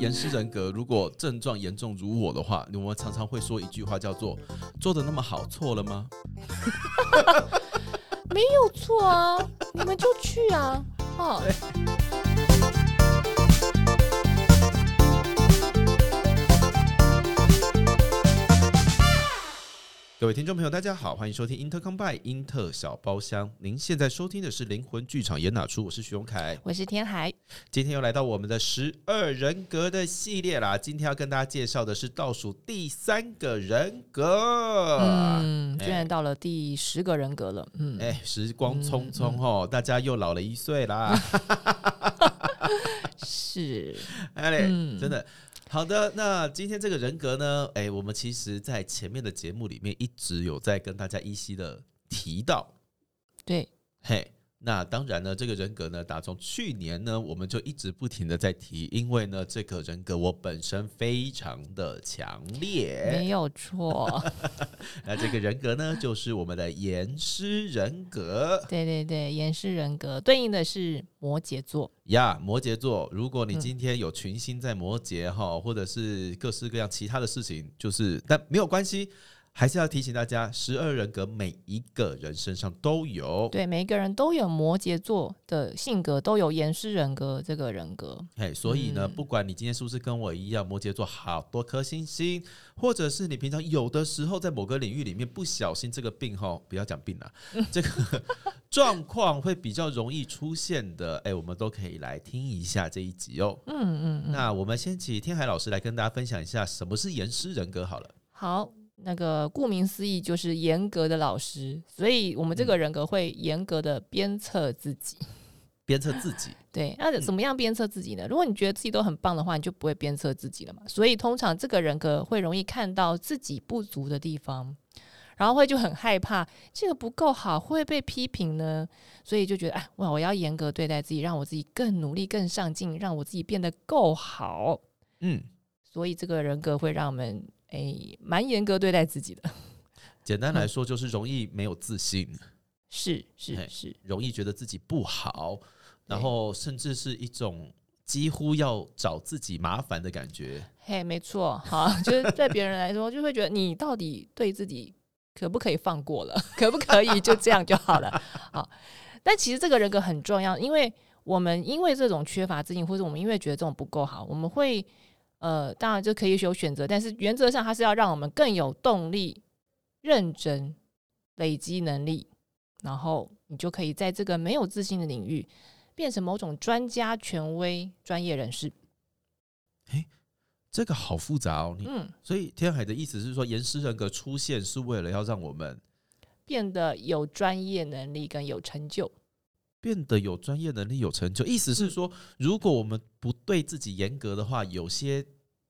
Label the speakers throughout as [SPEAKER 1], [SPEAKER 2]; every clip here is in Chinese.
[SPEAKER 1] 全失人格如果症状严重如我的话，我们常常会说一句话叫做“做的那么好，错了吗
[SPEAKER 2] 没有错啊，你们就去啊，哦，”？
[SPEAKER 1] 各位听众朋友，大家好，欢迎收听 Intercom by 英特小包厢。您现在收听的是灵魂剧场演哪出？我是徐荣凯，
[SPEAKER 2] 我是天海，
[SPEAKER 1] 今天又来到我们的十二人格的系列啦。今天要跟大家介绍的是倒数第三个人格。
[SPEAKER 2] 嗯，
[SPEAKER 1] 哎
[SPEAKER 2] 居然到了第十个人格了，嗯，
[SPEAKER 1] 哎，时光匆匆哦，大家又老了一岁啦。
[SPEAKER 2] 是，
[SPEAKER 1] 哎嘞，
[SPEAKER 2] 嗯
[SPEAKER 1] 真的。好的，那今天这个人格呢？哎，我们其实在前面的节目里面一直有在跟大家依稀的提到，
[SPEAKER 2] 对，
[SPEAKER 1] 嘿。那当然呢，这个人格呢，打从去年呢，我们就一直不停的在提，因为呢，这个人格我本身非常的强烈。
[SPEAKER 2] 没有错，
[SPEAKER 1] 那这个人格呢，就是我们的严师人格。
[SPEAKER 2] 对对对，严师人格对应的是摩羯座，
[SPEAKER 1] 呀摩羯座，如果你
[SPEAKER 2] 嗯
[SPEAKER 1] 今天有群星在摩羯哈，或者是各式各样其他的事情，就是但没有关系，还是要提醒大家，十二人格每一个人身上都有。
[SPEAKER 2] 对，每一个人都有摩羯座的性格，都有严师人格这个人格，
[SPEAKER 1] 哎，所以呢，
[SPEAKER 2] 嗯
[SPEAKER 1] 不管你今天是不是跟我一样，摩羯座好多颗星星，或者是你平常有的时候在某个领域里面不小心这个病哈，不要讲病 啦，这个状况会比较容易出现的，哎，我们都可以来听一下这一集哦。
[SPEAKER 2] 嗯嗯嗯，
[SPEAKER 1] 那我们先请天海老师来跟大家分享一下什么是严师人格好了。
[SPEAKER 2] 好。那个顾名思义就是严格的老师，所以我们这个人格会严格的鞭策自己。
[SPEAKER 1] 鞭策自 己，
[SPEAKER 2] 对，那怎么样鞭策自己呢？如果你觉得自己都很棒的话，你就不会鞭策自己了嘛。所以通常这个人格会容易看到自己不足的地方，然后会就很害怕这个不够好，会被批评呢，所以就觉得哎，哇，我要严格对待自己，让我自己更努力、更上进，让我自己变得够好。
[SPEAKER 1] 嗯，
[SPEAKER 2] 所以这个人格会让我们哎蛮严格对待自己的，
[SPEAKER 1] 简单来说就是容易没有自信，
[SPEAKER 2] 是是
[SPEAKER 1] 嘿
[SPEAKER 2] 是，
[SPEAKER 1] 容易觉得自己不好，
[SPEAKER 2] 对
[SPEAKER 1] 然后甚至是一种几乎要找自己麻烦的感觉。
[SPEAKER 2] 嘿，没错，好，就是对别人来说，就会觉得你到底对自己可不可以放过了， 可不可以就这样就好了，好。但其实这个人格很重要，因为我们因为这种缺乏自信，或者我们因为觉得这种不够好，我们会呃，当然就可以有选择，但是原则上它是要让我们更有动力、认真、累积能力，然后你就可以在这个没有自信的领域，变成某种专家、权威、专业人士。
[SPEAKER 1] 这个好复杂哦，你
[SPEAKER 2] 嗯。
[SPEAKER 1] 所以天海的意思是说，严师人格出现是为了要让我们
[SPEAKER 2] 变得有专业能力跟有成就。
[SPEAKER 1] 变得有专业能力、有成就。意思是
[SPEAKER 2] 嗯
[SPEAKER 1] 说，如果我们不对自己严格的话，有些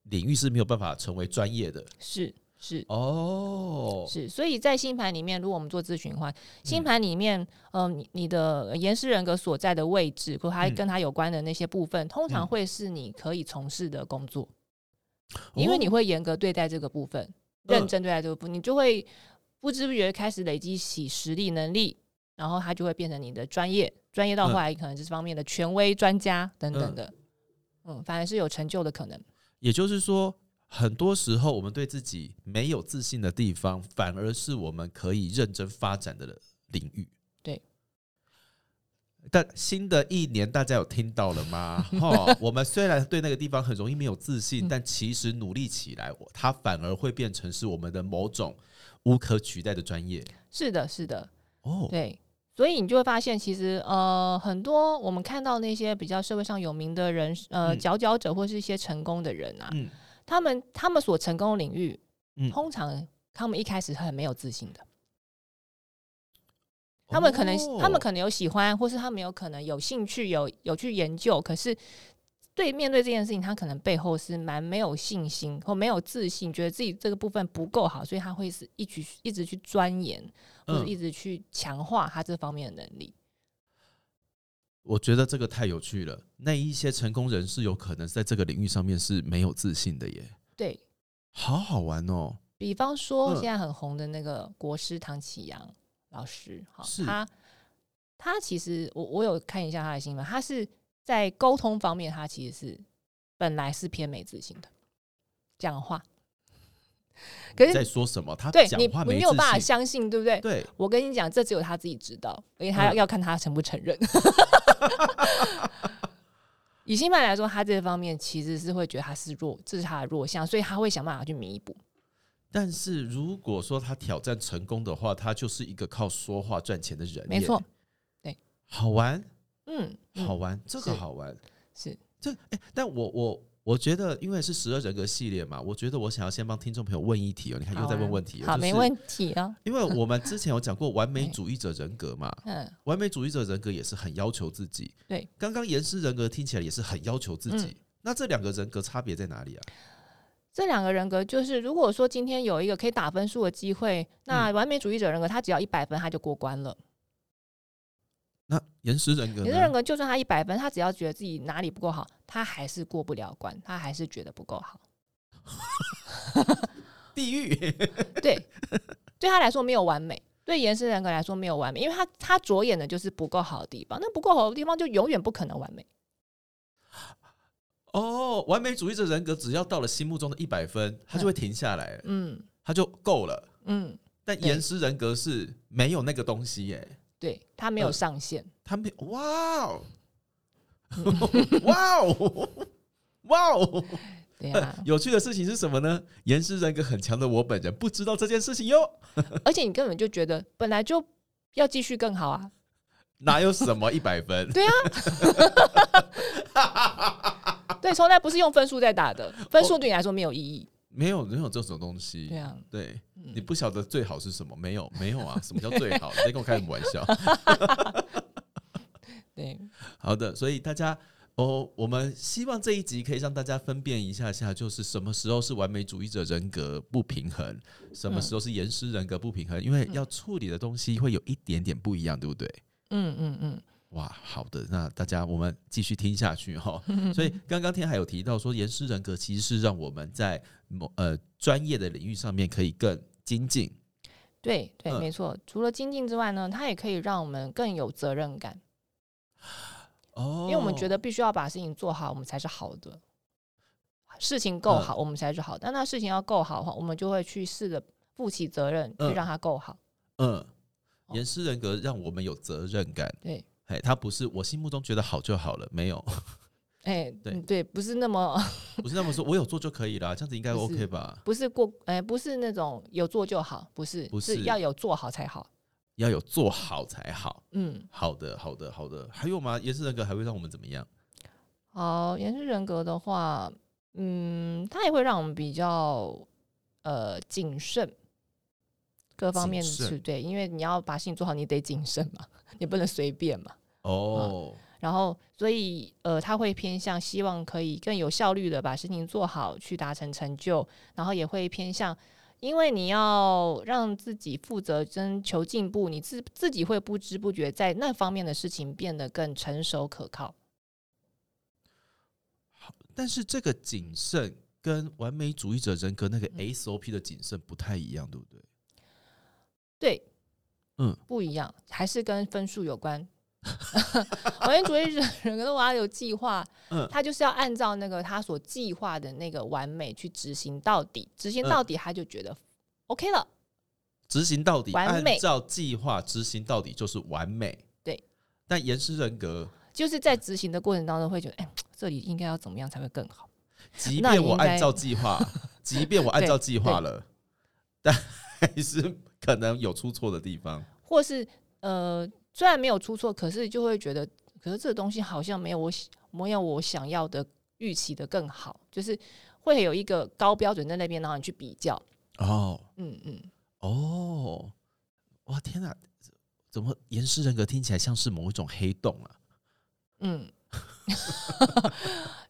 [SPEAKER 1] 领域是没有办法成为专业的。
[SPEAKER 2] 是是
[SPEAKER 1] 哦，
[SPEAKER 2] 是，所以在星盘里面，如果我们做咨询的话，
[SPEAKER 1] 嗯
[SPEAKER 2] 星盘里面，呃，你你的岩石人格所在的位置或它
[SPEAKER 1] 嗯
[SPEAKER 2] 跟它有关的那些部分，通常
[SPEAKER 1] 嗯
[SPEAKER 2] 会是你可以从事的工作，
[SPEAKER 1] 哦
[SPEAKER 2] 因为你会严格对待这个部分，认
[SPEAKER 1] 嗯
[SPEAKER 2] 真对待这个部分，你就会不知不觉开始累积起实力能力，然后它就会变成你的专业，专业到
[SPEAKER 1] 嗯
[SPEAKER 2] 后来可能这方面的权威专家等等
[SPEAKER 1] 嗯
[SPEAKER 2] 的，嗯，反而是有成就的可能。
[SPEAKER 1] 也就是说，很多时候我们对自己没有自信的地方，反而是我们可以认真发展的领域。
[SPEAKER 2] 对。
[SPEAKER 1] 但新的一年大家有听到了 吗？哈，我们虽然对那个地方很容易没有自信，
[SPEAKER 2] 嗯
[SPEAKER 1] 但其实努力起来，我它反而会变成是我们的某种无可取代的专业。
[SPEAKER 2] 是的，是的，
[SPEAKER 1] 哦，
[SPEAKER 2] 对，所以你就会发现，其实呃，很多我们看到那些比较社会上有名的人，呃，
[SPEAKER 1] 嗯
[SPEAKER 2] 佼佼者或是一些成功的人啊，
[SPEAKER 1] 嗯
[SPEAKER 2] 他们他们所成功的领域，
[SPEAKER 1] 嗯，
[SPEAKER 2] 通常他们一开始很没有自信的，他们可能、他们
[SPEAKER 1] 哦
[SPEAKER 2] 可能有喜欢，或是他们有可能有兴趣，有有去研究，可是。对，面对这件事情，他可能背后是蛮没有信心或没有自信，觉得自己这个部分不够好，所以他会是一直一直去钻研，或者
[SPEAKER 1] 嗯
[SPEAKER 2] 一直去强化他这方面的能力。
[SPEAKER 1] 我觉得这个太有趣了。那一些成功人士有可能在这个领域上面是没有自信的耶，
[SPEAKER 2] 对，
[SPEAKER 1] 好好玩哦。
[SPEAKER 2] 比方
[SPEAKER 1] 嗯
[SPEAKER 2] 说现在很红的那个国师唐启阳老师，哈
[SPEAKER 1] 是，
[SPEAKER 2] 他他其实我我有看一下他的新闻，他是在沟通方面，他其实是本来是偏没自信的讲话，可
[SPEAKER 1] 你在
[SPEAKER 2] 是
[SPEAKER 1] 说什么？他
[SPEAKER 2] 对
[SPEAKER 1] 讲
[SPEAKER 2] 你
[SPEAKER 1] 话
[SPEAKER 2] 你
[SPEAKER 1] 没
[SPEAKER 2] 没有
[SPEAKER 1] 自
[SPEAKER 2] 办法
[SPEAKER 1] 信。
[SPEAKER 2] 相信，对不对？
[SPEAKER 1] 对，
[SPEAKER 2] 我跟你讲，这只有他自己知道，因为他要
[SPEAKER 1] 嗯
[SPEAKER 2] 要看他承不承认。 以新曼来说，他这方面其实是会觉得他是弱，这是他的弱项，所以他会想办法去弥补。
[SPEAKER 1] 但是如果说他挑战成功的话，他就是一个靠说话赚钱的人。
[SPEAKER 2] 没错，，
[SPEAKER 1] 好玩，
[SPEAKER 2] 嗯，嗯
[SPEAKER 1] 好玩，这个
[SPEAKER 2] 是
[SPEAKER 1] 好玩。
[SPEAKER 2] 是
[SPEAKER 1] 这哎、但我我我觉得，因为是十二人格系列嘛，我觉得我想要先帮听众朋友问一题哦。你看又在问问题了，
[SPEAKER 2] 好啊，好
[SPEAKER 1] 就是
[SPEAKER 2] 没问题啊，
[SPEAKER 1] 因为我们之前有讲过完美
[SPEAKER 2] 对
[SPEAKER 1] 主义者人格嘛，
[SPEAKER 2] 嗯，
[SPEAKER 1] 完美主义者人格也是很要求自己。
[SPEAKER 2] 对，
[SPEAKER 1] 刚刚严师人格听起来也是很要求自己。
[SPEAKER 2] 嗯
[SPEAKER 1] 那这两个人格差别在哪里啊？
[SPEAKER 2] 这两个人格就是，如果说今天有一个可以打分数的机会，
[SPEAKER 1] 嗯
[SPEAKER 2] 那完美主义者人格他只要一百分他就过关了。
[SPEAKER 1] 那严师人格
[SPEAKER 2] 有的人
[SPEAKER 1] 呢？
[SPEAKER 2] 格就算他一百分，他只要觉得自己哪里不够好，他还是过不了关，他还是觉得不够好。
[SPEAKER 1] 地狱
[SPEAKER 2] 对，对他来说没有完美，对严师人格来说没有完美，因为他他着眼的就是不够好的地方，那不够好的地方就永远不可能完美。
[SPEAKER 1] 哦，完美主义者人格只要到了心目中的一百分，他就会停下来，
[SPEAKER 2] 嗯
[SPEAKER 1] 他就够了。
[SPEAKER 2] 嗯，
[SPEAKER 1] 但
[SPEAKER 2] 对
[SPEAKER 1] 严师人格是没有那个东西耶、
[SPEAKER 2] 对他没有
[SPEAKER 1] 嗯
[SPEAKER 2] 上限。
[SPEAKER 1] 他没哇 哦，哇哦，哇哦！
[SPEAKER 2] 对啊，
[SPEAKER 1] 有趣的事情是什么呢？严师人格很强的我本人不知道这件事情哟。
[SPEAKER 2] 而且你根本就觉得本来就要继续更好啊，
[SPEAKER 1] 哪有什么一百 分？
[SPEAKER 2] 对
[SPEAKER 1] 啊
[SPEAKER 2] 对，从来不是用分数在 打的，分数对你来说没有意义。
[SPEAKER 1] 没有，没有这种东西。
[SPEAKER 2] 对啊，
[SPEAKER 1] 对你不晓得最好是什么？没有，没有啊！什么叫最好？你在跟我开什么玩笑？
[SPEAKER 2] 对，
[SPEAKER 1] 好的，所以大家哦，我们希望这一集可以让大家分辨一下下，就是什么时候是完美主义者人格不平衡，什么时候是严师人格不平衡，因为要处理的东西会有一点点不一样，对不对？
[SPEAKER 2] 嗯嗯嗯，
[SPEAKER 1] 哇，好的，那大家我们继续听下去 哈、所以刚刚天海有提到说，严师人格其实是让我们在某呃专业的领域上面可以更精进。
[SPEAKER 2] 对对，
[SPEAKER 1] 嗯
[SPEAKER 2] 没错。除了精进之外呢，它也可以让我们更有责任感，
[SPEAKER 1] 哦，
[SPEAKER 2] 因为我们觉得必须要把事情做好，我们才是好的。事情够
[SPEAKER 1] 嗯
[SPEAKER 2] 好，我们才是好。但那事情要够好的话，我们就会去试着负起责任，去
[SPEAKER 1] 嗯
[SPEAKER 2] 让它够好。哦
[SPEAKER 1] 嗯，严师人格让我们有责任感。
[SPEAKER 2] 对，
[SPEAKER 1] 哎，他不是我心目中觉得好就好了，没有，
[SPEAKER 2] 哎，
[SPEAKER 1] 对
[SPEAKER 2] 嗯对，不是那么，
[SPEAKER 1] 不是那么说，我有做就可以啦，这样子应该
[SPEAKER 2] 不是
[SPEAKER 1] OK 吧？
[SPEAKER 2] 不是过，哎，不是那种有做就好，不是，
[SPEAKER 1] 不是
[SPEAKER 2] 是要有做好才好。
[SPEAKER 1] 要有做好才好。
[SPEAKER 2] 嗯，
[SPEAKER 1] 好的，好的，好的。还有吗？严师人格还会让我们怎么样？
[SPEAKER 2] 好，延续人格的话，嗯，它也会让我们比较呃谨慎，各方
[SPEAKER 1] 谨
[SPEAKER 2] 面
[SPEAKER 1] 慎
[SPEAKER 2] 是对，因为你要把事情做好，你得谨慎嘛， 你不能随便嘛。
[SPEAKER 1] 哦，
[SPEAKER 2] 然后，所以呃，他会偏向希望可以更有效率的把事情做好，去达成成就，然后也会偏向。因为你要让自己负责跟求进步，你自自己会不知不觉在那方面的事情变得更成熟可靠。
[SPEAKER 1] 但是这个谨慎跟完美主义者人格那个
[SPEAKER 2] 嗯
[SPEAKER 1] SOP 的谨慎不太一样，对不对？
[SPEAKER 2] 对，
[SPEAKER 1] 嗯，
[SPEAKER 2] 不一样，还是跟分数有关。 完美主义者人格的话有计划，
[SPEAKER 1] 嗯
[SPEAKER 2] 他就是要按照那个他所计划的那个完美去执行到底，执行
[SPEAKER 1] 嗯
[SPEAKER 2] 到底他就觉得 OK 了。
[SPEAKER 1] 执行到底，
[SPEAKER 2] 完
[SPEAKER 1] 按
[SPEAKER 2] 美
[SPEAKER 1] 照计划执行到底就是完美。
[SPEAKER 2] 对，
[SPEAKER 1] 但严师人 格，
[SPEAKER 2] 就是在执行的过程当中会觉得，哎、这里应该要怎么样才会更好？
[SPEAKER 1] 即
[SPEAKER 2] 那你
[SPEAKER 1] 便我
[SPEAKER 2] 应该
[SPEAKER 1] 按照计划， 即便我按照计划了，但还是可能有出错的地方。
[SPEAKER 2] 或是呃，虽然没有出错，可是就会觉得，可是这个东西好像没有我喜没有我想要的预期的更好，就是会有一个高标准在那边，然后你去比较。
[SPEAKER 1] 哦
[SPEAKER 2] 嗯嗯，
[SPEAKER 1] 哦，哇天哪！怎么严师人格听起来像是某一种黑洞啊？
[SPEAKER 2] 嗯，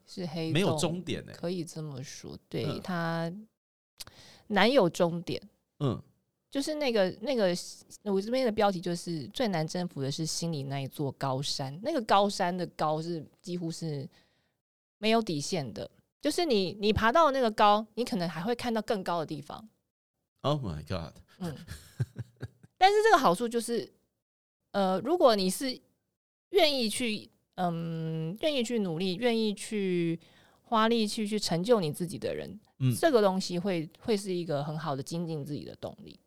[SPEAKER 2] 是黑
[SPEAKER 1] 没有
[SPEAKER 2] 洞
[SPEAKER 1] 终点呢、欸
[SPEAKER 2] 可以这么说，对
[SPEAKER 1] 嗯
[SPEAKER 2] 它难有终点。
[SPEAKER 1] 嗯，
[SPEAKER 2] 就是那个那个，我这边的标题就是最难征服的是心里那一座高山。那个高山的高是几乎是没有底线的，就是你你爬到那个高，你可能还会看到更高的地方。
[SPEAKER 1] Oh my god！
[SPEAKER 2] 嗯，但是这个好处就是，呃，如果你是愿意去，嗯，愿意去努力，愿意去花力气去成就你自己的人，
[SPEAKER 1] 嗯
[SPEAKER 2] 这个东西会会是一个很好的精进自己的动力。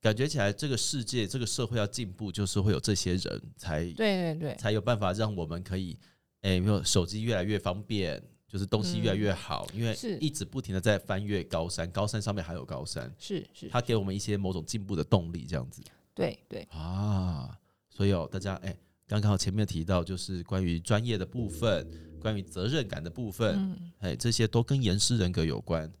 [SPEAKER 1] 感觉起来这个世界、这个社会要进步，就是会有这些人才
[SPEAKER 2] 对对对，
[SPEAKER 1] 才有办法让我们可以，哎、没有手机越来越方便，就是东西越来越好，因为
[SPEAKER 2] 嗯是
[SPEAKER 1] 一直不停的在翻越高山，高山上面还有高山，
[SPEAKER 2] 是是，
[SPEAKER 1] 它给我们一些某种进步的动力，这样子
[SPEAKER 2] 对对，
[SPEAKER 1] 啊。所以哦，大家哎，刚刚好前面提到就是关于专业的部分，关于责任感的部分，
[SPEAKER 2] 嗯
[SPEAKER 1] 哎、这些都跟严师人格有关。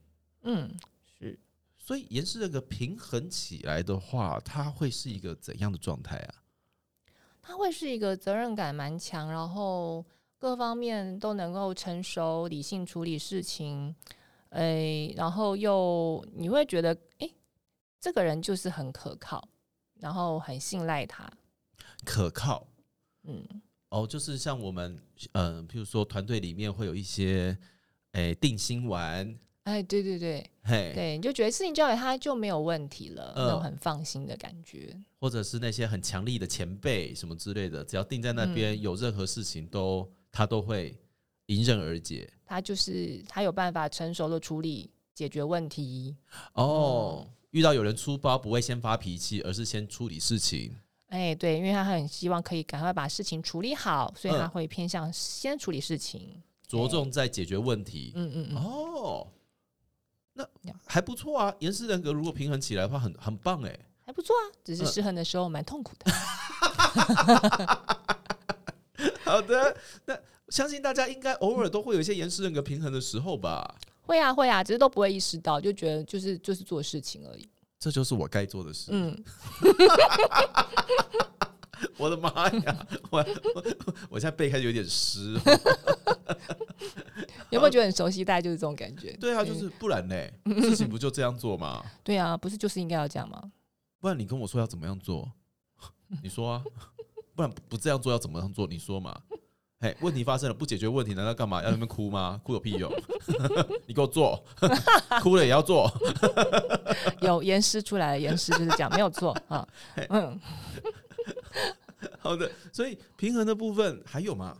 [SPEAKER 2] 嗯，是
[SPEAKER 1] 所以严师人格平衡起来的话，它会是一个怎样的状态啊？
[SPEAKER 2] 他会是一个责任感蛮强，然后各方面都能够成熟、理性处理事情，诶、然后又你会觉得，诶、这个人就是很可靠，然后很信赖他，
[SPEAKER 1] 可靠，
[SPEAKER 2] 嗯，
[SPEAKER 1] 哦，就是像我们，嗯、譬如说团队里面会有一些，哎、定心丸，
[SPEAKER 2] 哎，对对对
[SPEAKER 1] 嘿，
[SPEAKER 2] 对，你就觉得事情交给他就没有问题了，那种
[SPEAKER 1] 嗯
[SPEAKER 2] 很放心的感觉，
[SPEAKER 1] 或者是那些很强力的前辈什么之类的，只要定在那边，
[SPEAKER 2] 嗯
[SPEAKER 1] 有任何事情都他都会迎刃而解。
[SPEAKER 2] 他就是他有办法成熟的处理解决问题，
[SPEAKER 1] 哦，遇到有人出包，不会先发脾气，而是先处理事情。
[SPEAKER 2] 哎，对，因为他很希望可以赶快把事情处理好，所以他
[SPEAKER 1] 嗯
[SPEAKER 2] 会偏向先处理事情。
[SPEAKER 1] 着重在解决问题。
[SPEAKER 2] 嗯嗯嗯，
[SPEAKER 1] 哦，那
[SPEAKER 2] 了
[SPEAKER 1] 还不错啊。严氏人格如果平衡起来的话，很很棒哎。
[SPEAKER 2] 还不错啊，只是
[SPEAKER 1] 嗯
[SPEAKER 2] 失衡的时候蛮痛苦的。
[SPEAKER 1] 好的，那相信大家应该偶尔都会有一些严氏人格平衡的时候吧。
[SPEAKER 2] 会啊会啊，只是都不会意识到，就觉得就是就是做事情而已。
[SPEAKER 1] 这就是我该做的事。
[SPEAKER 2] 嗯，
[SPEAKER 1] 我的妈呀， 我我我现在背开始有点湿。哦
[SPEAKER 2] 有没有觉得很熟悉？大概就是这种感觉。
[SPEAKER 1] 对啊，就是不 然呢，事情不就这样做吗？
[SPEAKER 2] 对啊，不是就是应该要这样吗？
[SPEAKER 1] 不然你跟我说要怎么样做， 你说啊，不然不这样做要怎么样做？你说嘛。哎，问题发生了，不解决问题，难道干嘛要在那边哭吗？哭有屁用！ 你给我做， 哭了也要做。
[SPEAKER 2] 有严师出来了，严师就是这样，没 有错啊。嗯，
[SPEAKER 1] 好的，所以平衡的部分还有吗？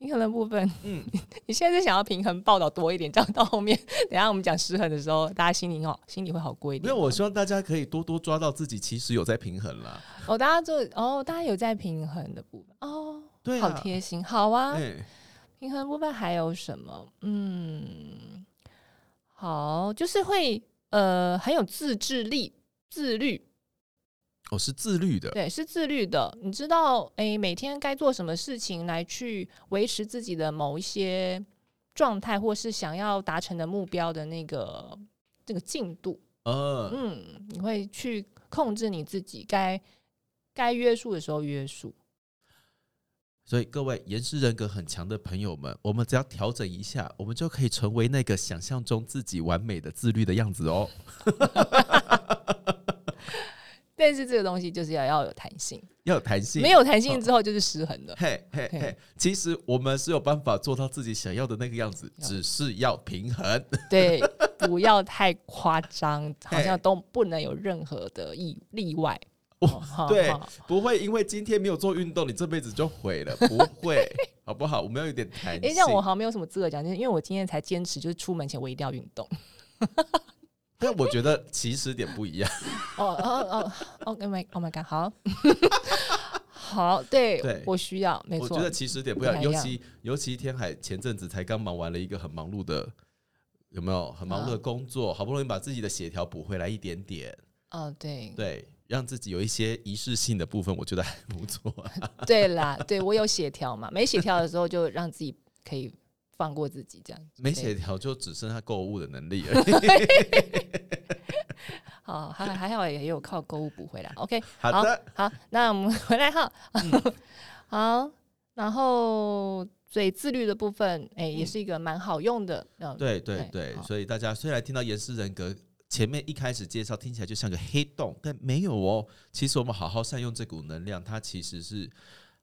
[SPEAKER 2] 平衡的部分，
[SPEAKER 1] 嗯，
[SPEAKER 2] 你现在是想要平衡报道多一点，这样到后面， 等一下我们讲失衡的时候，大家心里好，心里会好过一
[SPEAKER 1] 没
[SPEAKER 2] 点
[SPEAKER 1] 有，。我希望大家可以多多抓到自己其实有在平衡啦。
[SPEAKER 2] 哦，大家就哦，大家有在平衡的部分哦，
[SPEAKER 1] 对啊，
[SPEAKER 2] 好贴心，好啊。
[SPEAKER 1] 哎，
[SPEAKER 2] 平衡部分还有什么？嗯，好，就是会呃很有自制力、自律，
[SPEAKER 1] 我哦是自律的。
[SPEAKER 2] 对，是自律的。你知道，诶，每天该做什么事情来去维持自己的某一些状态，或是想要达成的目标的那个这个进度。
[SPEAKER 1] 呃，
[SPEAKER 2] 嗯，你会去控制你自己该该约束的时候约束。
[SPEAKER 1] 所以各位严师人格很强的朋友们，我们只要调整一下，我们就可以成为那个想象中自己完美的自律的样子哦。
[SPEAKER 2] 但是这个东西就是要要有弹性，
[SPEAKER 1] 要有弹性，
[SPEAKER 2] 没有弹性之后就是失衡的。
[SPEAKER 1] 嘿嘿嘿，其实我们是有办法做到自己想要的那个样子，
[SPEAKER 2] 要
[SPEAKER 1] 只是要平衡。
[SPEAKER 2] 对，不要太夸张，好
[SPEAKER 1] 嘿
[SPEAKER 2] 像都不能有任何的意例外。
[SPEAKER 1] 哇
[SPEAKER 2] 哦好
[SPEAKER 1] 对
[SPEAKER 2] 好
[SPEAKER 1] 不会因为今天没有做运动，你这辈子就毁了，不 会，好不好？我们要有点弹
[SPEAKER 2] 诶，
[SPEAKER 1] 性。
[SPEAKER 2] 这样我好像没有什么资格讲，就是因为我今天才坚持，就是出门前我一定要运动。
[SPEAKER 1] 但我觉得起始点不一样。
[SPEAKER 2] 哦哦哦哦，Oh my Oh my God，好， 好，对
[SPEAKER 1] 对
[SPEAKER 2] 我需要，没
[SPEAKER 1] 我
[SPEAKER 2] 错
[SPEAKER 1] 觉，得起始点不一样，
[SPEAKER 2] 不太
[SPEAKER 1] 尤
[SPEAKER 2] 一样
[SPEAKER 1] 其尤其天海前阵子才刚忙完了一个很忙碌的，有没有很忙碌的
[SPEAKER 2] 啊
[SPEAKER 1] 工作，好不容易把自己的协调补回来一点点，
[SPEAKER 2] 哦，对，
[SPEAKER 1] 对，让自己有一些仪式性的部分，我觉得还不错啊、
[SPEAKER 2] 对啦，对我有协调嘛，没协调的时候就让自己可以放过自己，这样
[SPEAKER 1] 没
[SPEAKER 2] 对
[SPEAKER 1] 协调就只剩下购物的能力 而已。
[SPEAKER 2] 好，还还好也有靠购物补回来。OK，
[SPEAKER 1] 好的，
[SPEAKER 2] 好，嗯那我们回来哈。 好，然后所以自律的部分，哎、也是一个蛮好用的。嗯，
[SPEAKER 1] 对对
[SPEAKER 2] 对
[SPEAKER 1] 对，
[SPEAKER 2] 好
[SPEAKER 1] 所以大家虽然听到严氏人格。前面一开始介绍听起来就像个黑洞，但没有哦。其实我们好好善用这股能量，它其实是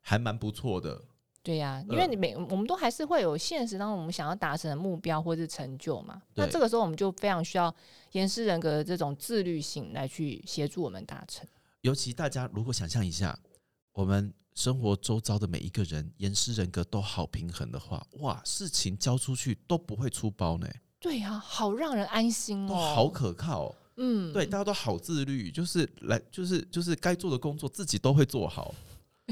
[SPEAKER 1] 还蛮不错的。
[SPEAKER 2] 对呀、因为你每我们都还是会有现实当中我们想要达成的目标或是成就嘛。那
[SPEAKER 1] 对
[SPEAKER 2] 这个时候我们就非常需要严师人格的这种自律性来去协助我们达成。
[SPEAKER 1] 尤其大家如果想象一下，我们生活周遭的每一个人，严师人格都好平衡的话，哇，事情交出去都不会出包呢，
[SPEAKER 2] 对呀、好让人安心
[SPEAKER 1] 都
[SPEAKER 2] 哦，
[SPEAKER 1] 好，可靠哦、
[SPEAKER 2] 嗯，
[SPEAKER 1] 对，大家都好自律，就是来，就是就是该做的工作自己都会做好，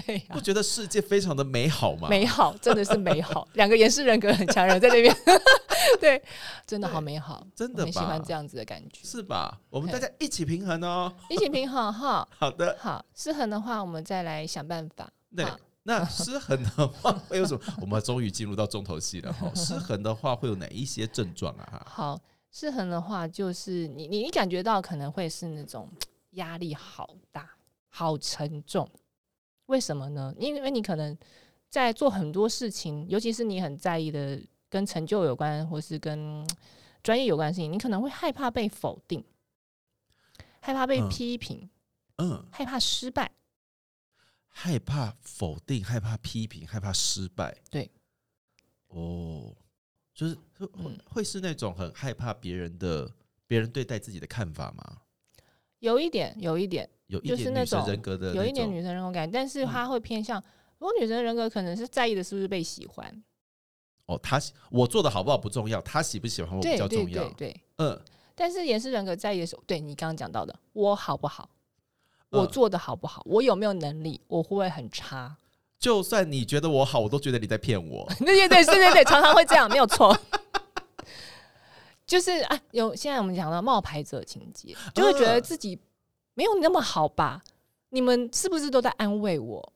[SPEAKER 2] 对呀、
[SPEAKER 1] 不觉得世界非常的美好吗？
[SPEAKER 2] 啊 美好，真的是美好。 两个严氏人格很强人在那边， 对，真的好美好，
[SPEAKER 1] 真的
[SPEAKER 2] 我很喜欢
[SPEAKER 1] 吧
[SPEAKER 2] 这样子的感觉。
[SPEAKER 1] 是吧？我们大家一起平衡哦。
[SPEAKER 2] 一起平衡哈，
[SPEAKER 1] 好的，
[SPEAKER 2] 好，失衡的话，我们再来想办法。
[SPEAKER 1] 对
[SPEAKER 2] 好。
[SPEAKER 1] 那失衡的话会有什么？我们终于进入到重头戏了 哈。失衡的话会有哪一些症状啊？
[SPEAKER 2] 好，失衡的话，就是你你你感觉到可能会是那种压力好大、好沉重。为什么呢？因为你可能在做很多事情，尤其是你很在意的跟成就有关，或是跟专业有关的事情，你可能会害怕被否定，害怕被
[SPEAKER 1] 嗯
[SPEAKER 2] 批评，
[SPEAKER 1] 嗯，
[SPEAKER 2] 害怕失败。
[SPEAKER 1] 害怕否定，害怕批评，害怕失败。
[SPEAKER 2] 对，
[SPEAKER 1] 哦，就是会
[SPEAKER 2] 嗯
[SPEAKER 1] 会是那种很害怕别人的别人对待自己的看法吗？
[SPEAKER 2] 有一点，有一点，
[SPEAKER 1] 有一
[SPEAKER 2] 就是
[SPEAKER 1] 点
[SPEAKER 2] 那
[SPEAKER 1] 女神
[SPEAKER 2] 种
[SPEAKER 1] 人格的那种，嗯
[SPEAKER 2] 有一点女生人格感，但是她会偏向。如果女生人格可能是在意的是不是被喜欢，
[SPEAKER 1] 哦，她喜我做的好不好不重要，她喜不喜欢我比
[SPEAKER 2] 对
[SPEAKER 1] 较
[SPEAKER 2] 对
[SPEAKER 1] 重
[SPEAKER 2] 对
[SPEAKER 1] 要。
[SPEAKER 2] 对，
[SPEAKER 1] 嗯，
[SPEAKER 2] 但是也是人格在意的时候，对你刚刚讲到的，我好不好，我
[SPEAKER 1] 嗯
[SPEAKER 2] 做的好不好，我有没有能力，我会不会很差？
[SPEAKER 1] 就算你觉得我好，我都觉得你在骗我。
[SPEAKER 2] 对对对，是对对，常常会这样，没有错。 就是啊，有现在我们讲到冒牌者情节，就会觉得
[SPEAKER 1] 嗯
[SPEAKER 2] 自己没有那么好吧？你们是不是都在安慰我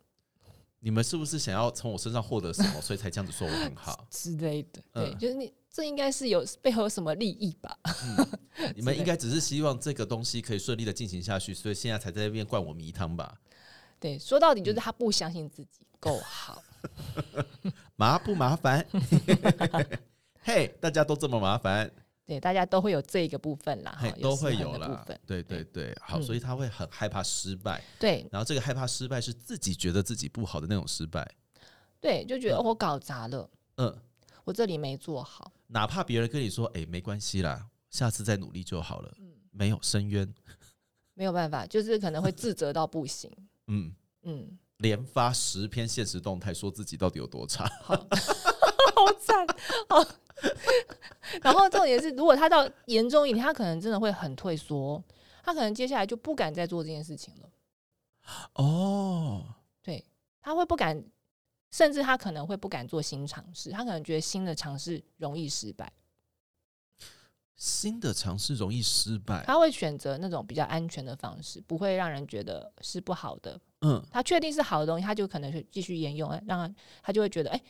[SPEAKER 1] 你们是不是想要从我身上获得什么，所以才这样子说我很 好？
[SPEAKER 2] 之类的？对，
[SPEAKER 1] 嗯
[SPEAKER 2] 就是你这应该是有背后有什么利益吧？
[SPEAKER 1] 你们应该只是希望这个东西可以顺利的进行下去，所以现在才在那边灌我迷汤吧？
[SPEAKER 2] 对，说到底就
[SPEAKER 1] 嗯
[SPEAKER 2] 是他不相信自己够好。
[SPEAKER 1] 麻不麻烦？嘿，大家都这么麻烦，
[SPEAKER 2] 对，大家都会有这个部分啦，哈
[SPEAKER 1] 嘿，都
[SPEAKER 2] 失
[SPEAKER 1] 会
[SPEAKER 2] 衡
[SPEAKER 1] 有
[SPEAKER 2] 的
[SPEAKER 1] 啦
[SPEAKER 2] 部分。。
[SPEAKER 1] 对对对，好，
[SPEAKER 2] 嗯
[SPEAKER 1] 所以他会很害怕失败，
[SPEAKER 2] 对，
[SPEAKER 1] 然后这个害怕失败是自己觉得自己不好的那种失败。
[SPEAKER 2] 对，就觉得、
[SPEAKER 1] 嗯
[SPEAKER 2] 哦我搞砸了，
[SPEAKER 1] 嗯，
[SPEAKER 2] 我这里没做好。
[SPEAKER 1] 哪怕别人跟你说，哎、没关系啦，下次再努力就好了，
[SPEAKER 2] 嗯
[SPEAKER 1] 没有深渊，
[SPEAKER 2] 没有办法，就是可能会自责到不行。
[SPEAKER 1] 嗯，
[SPEAKER 2] 嗯，
[SPEAKER 1] 连发十篇现实动态说自己到底有多差，
[SPEAKER 2] 好，好惨， 好。然后重点是，如果他到严重一点，他可能真的会很退缩，哦他可能接下来就不敢再做这件事情了。
[SPEAKER 1] 哦，
[SPEAKER 2] 对，他会不敢，甚至他可能会不敢做新尝试，他可能觉得新的尝试容易失败，
[SPEAKER 1] 新的尝试容易失败，
[SPEAKER 2] 他会选择那种比较安全的方式，不会让人觉得是不好的
[SPEAKER 1] 嗯，
[SPEAKER 2] 他确定是好的东西，他就可能是继续沿用，让他他就会觉得，哎、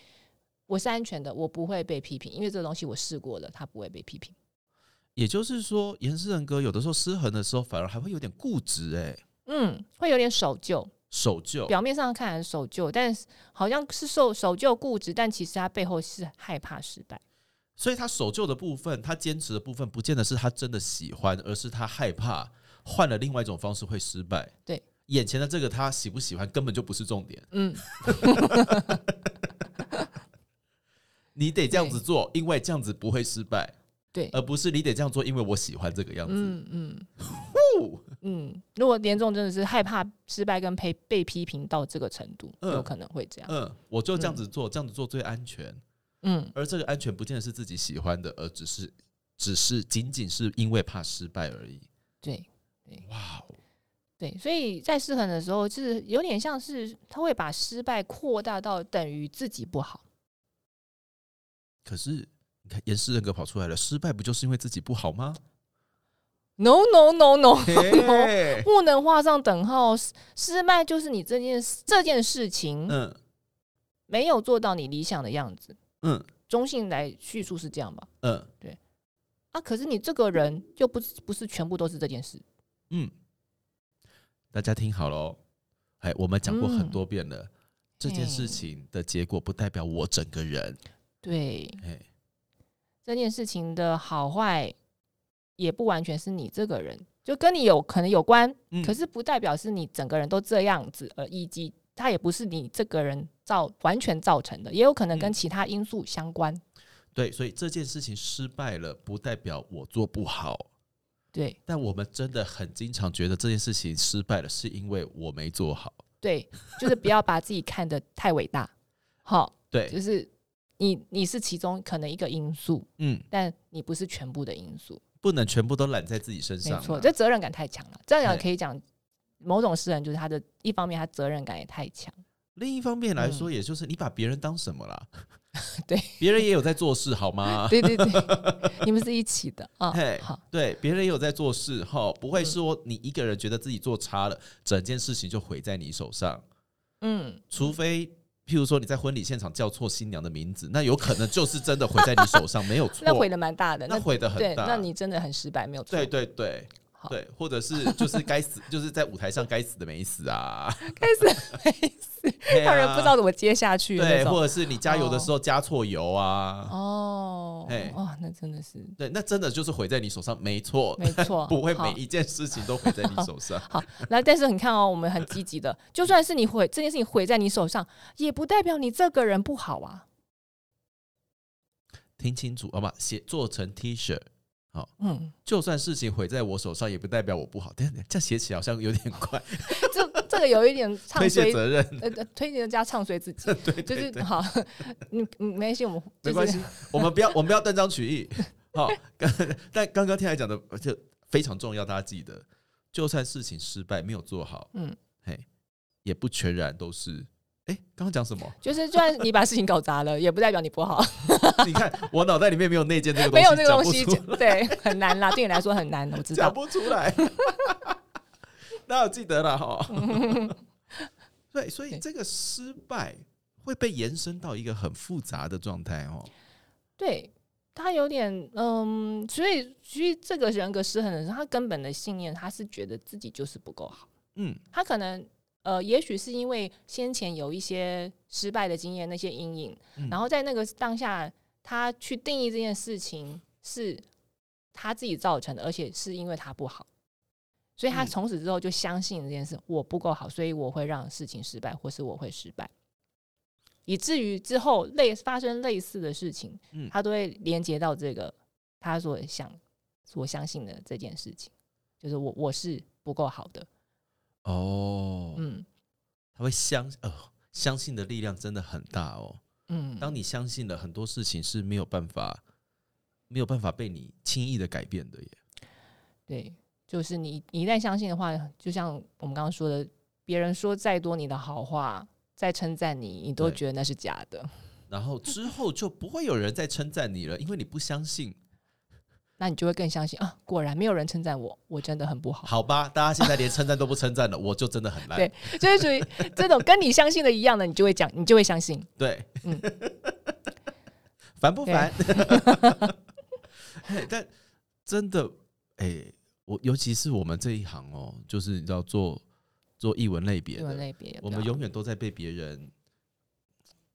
[SPEAKER 2] 我是安全的，我不会被批评，因为这个东西我试过了，他不会被批评。
[SPEAKER 1] 也就是说，严氏人格有的时候失衡的时候，反而还会有点固执、哎，
[SPEAKER 2] 嗯，会有点守旧，
[SPEAKER 1] 守旧，
[SPEAKER 2] 表面上看很守旧，但是好像是受守旧固执，但其实他背后是害怕失败。
[SPEAKER 1] 所以他守旧的部分，他坚持的部分，不见得是他真的喜欢，而是他害怕换了另外一种方式会失败。
[SPEAKER 2] 对，
[SPEAKER 1] 眼前的这个他喜不喜欢根本就不是重点，
[SPEAKER 2] 嗯，
[SPEAKER 1] 你得这样子做，因为这样子不会失败，
[SPEAKER 2] 对，
[SPEAKER 1] 而不是你得这样做，因为我喜欢这个样子。
[SPEAKER 2] 嗯嗯嗯，如果严重真的是害怕失败跟被被批评到这个程度，
[SPEAKER 1] 嗯
[SPEAKER 2] 有可能会这样。
[SPEAKER 1] 嗯，我就这样子做，这样子做最安全。
[SPEAKER 2] 嗯，
[SPEAKER 1] 而这个安全不见得是自己喜欢的，而只是只是仅仅是因为怕失败而已。
[SPEAKER 2] 对。
[SPEAKER 1] 哇哦，
[SPEAKER 2] 对，所以在失衡的时候，就是有点像是他会把失败扩大到等于自己不好。
[SPEAKER 1] 可是你看，严氏人格跑出来了，失败不就是因为自己不好吗？
[SPEAKER 2] No no no no，
[SPEAKER 1] 嘿
[SPEAKER 2] 不能画上等号。失失败就是你这件事这件事情、
[SPEAKER 1] 嗯
[SPEAKER 2] 没有做到你理想的样子。
[SPEAKER 1] 嗯
[SPEAKER 2] 中性来叙述是这样吧？
[SPEAKER 1] 嗯
[SPEAKER 2] 啊，可是你这个人又不是不是全部都是这件事。
[SPEAKER 1] 嗯，大家听好了哦，哎，我们讲过很多遍了，这件事情的结果不代表我整个人，
[SPEAKER 2] 对，
[SPEAKER 1] 哎，
[SPEAKER 2] 这件事情的好坏也不完全是你这个人，就跟你有可能有关，
[SPEAKER 1] 嗯
[SPEAKER 2] 可是不代表是你整个人都这样子，而以及它也不是你这个人造完全造成的，也有可能跟
[SPEAKER 1] 嗯
[SPEAKER 2] 其他因素相关。
[SPEAKER 1] 对，所以这件事情失败了，不代表我做不好。
[SPEAKER 2] 对
[SPEAKER 1] 但我们真的很经常觉得这件事情失败了，是因为我没做好。
[SPEAKER 2] 对，就是不要把自己看得太伟大，好，
[SPEAKER 1] 对，
[SPEAKER 2] 就是你你是其中可能一个因素，
[SPEAKER 1] 嗯，
[SPEAKER 2] 但你不是全部的因素，
[SPEAKER 1] 不能全部都揽在自己身
[SPEAKER 2] 没
[SPEAKER 1] 上啊。
[SPEAKER 2] 错，这责任感太强了，这样
[SPEAKER 1] 对
[SPEAKER 2] 讲可以讲。某种诗人就是他的一方面，他责任感也太强，
[SPEAKER 1] 另一方面来说，也就是你把别人当什么啦？
[SPEAKER 2] 嗯 对，
[SPEAKER 1] 别人也有在做事，好吗？
[SPEAKER 2] 对对对，你们是一 起的啊
[SPEAKER 1] 嘿，
[SPEAKER 2] 好，嗯
[SPEAKER 1] 对，别人也有在做事，哈，不会说你一个人觉得自己做差了，整件事情就毁在你手上。
[SPEAKER 2] 嗯，
[SPEAKER 1] 除非，譬如说你在婚礼现场叫错新娘的名字，那有可能就是真的毁在你手 上，没有错。
[SPEAKER 2] 那毁的蛮大的，
[SPEAKER 1] 那毁的很
[SPEAKER 2] 对，
[SPEAKER 1] 大。
[SPEAKER 2] 那你真的很失败，没有错
[SPEAKER 1] 对，对对
[SPEAKER 2] 好
[SPEAKER 1] 对，或者是就是该死，就是在舞台上该死的没死啊，
[SPEAKER 2] 开始
[SPEAKER 1] 对啊
[SPEAKER 2] 让人不知道怎么接下去的那
[SPEAKER 1] 对，
[SPEAKER 2] 种。
[SPEAKER 1] 或者是你加油的时候加错油啊，
[SPEAKER 2] 哦
[SPEAKER 1] 嘿，
[SPEAKER 2] 哇，那真的是
[SPEAKER 1] 对，那真的就是毁在你手上，没错，
[SPEAKER 2] 没 错，
[SPEAKER 1] 不会每
[SPEAKER 2] 好
[SPEAKER 1] 一件事情都毁在你手 上。
[SPEAKER 2] 好，那但是你看哦，我们很积极的，就算是你毁这件事情毁在你手上，也不代表你这个人不好啊。
[SPEAKER 1] 听清楚，好吗？写做成 T 恤，
[SPEAKER 2] 嗯，
[SPEAKER 1] 就算事情毁在我手上，也不代表我不好。但这样写起来好像有点 怪，
[SPEAKER 2] 这这个有一点唱
[SPEAKER 1] 推卸
[SPEAKER 2] 衰，
[SPEAKER 1] 责任。
[SPEAKER 2] 呃，呃推荐人家唱衰自己，
[SPEAKER 1] 对对
[SPEAKER 2] 就
[SPEAKER 1] 对，
[SPEAKER 2] 是好， 嗯嗯，没关系，我们
[SPEAKER 1] 没
[SPEAKER 2] 就
[SPEAKER 1] 关
[SPEAKER 2] 是
[SPEAKER 1] 系， 我们不要我们不要断章取义。好，刚但刚刚天来讲的就非常重要，大家记得，就算事情失败没有做好，嗯
[SPEAKER 2] 嗯，？
[SPEAKER 1] 嘿，也不全然都是。哎、刚刚讲什么
[SPEAKER 2] 就是，就算你把事情搞砸了，也不代表你不好，
[SPEAKER 1] 你看我脑袋里面没有内建这个东
[SPEAKER 2] 没
[SPEAKER 1] 西，
[SPEAKER 2] 有这个
[SPEAKER 1] 讲
[SPEAKER 2] 东
[SPEAKER 1] 不
[SPEAKER 2] 西
[SPEAKER 1] 出，
[SPEAKER 2] 对，很难啦，对你来说很难，我知道
[SPEAKER 1] 讲。不出来。 那我记得了 哈。对，所以
[SPEAKER 2] 对
[SPEAKER 1] 这个失败会被延伸到一个很复杂的状态哦。
[SPEAKER 2] 对他有点嗯，所以所以这个人格失衡的人，他根本的信念，他是觉得自己就是不够好。
[SPEAKER 1] 嗯，
[SPEAKER 2] 他可能呃，也许是因为先前有一些失败的经验，那些阴影，
[SPEAKER 1] 嗯
[SPEAKER 2] 然后在那个当下，他去定义这件事情是他自己造成的，而且是因为他不好。所以他
[SPEAKER 1] 嗯
[SPEAKER 2] 从此之后就相信这件事，我不够好，所以我会让事情失败，或是我会失败，以至于之后类发生类似的事情，
[SPEAKER 1] 嗯
[SPEAKER 2] 他都会连接到这个他所想所相信的这件事情，就是我我是不够好的，
[SPEAKER 1] 哦，
[SPEAKER 2] 嗯
[SPEAKER 1] 他会相呃相信的力量真的很大哦。
[SPEAKER 2] 嗯，
[SPEAKER 1] 当你相信了很多事情是没有办法没有办法被你轻易的改变的耶。
[SPEAKER 2] 对，就是你你一旦相信的话，就像我们刚刚说的，别人说再多你的好话，再称赞你，你都
[SPEAKER 1] 对
[SPEAKER 2] 觉得那是假的，
[SPEAKER 1] 然后之后就不会有人再称赞你了，因为你不相信。
[SPEAKER 2] 那你就会更相信啊，果然没有人称赞我，我真的很不好。
[SPEAKER 1] 好吧，大家现在连称赞都不称赞了，我就真的很烂。
[SPEAKER 2] 对就是属于这种跟你相信的一样的，你就会讲，你就会相信。
[SPEAKER 1] 对，
[SPEAKER 2] 嗯
[SPEAKER 1] 烦不烦？ 嘿但真的，哎、我尤其是我们这一行哦，就是你知道做做译文类别
[SPEAKER 2] 对文啊
[SPEAKER 1] 的，
[SPEAKER 2] 类别，
[SPEAKER 1] 我们
[SPEAKER 2] 有
[SPEAKER 1] 永远都在被别人，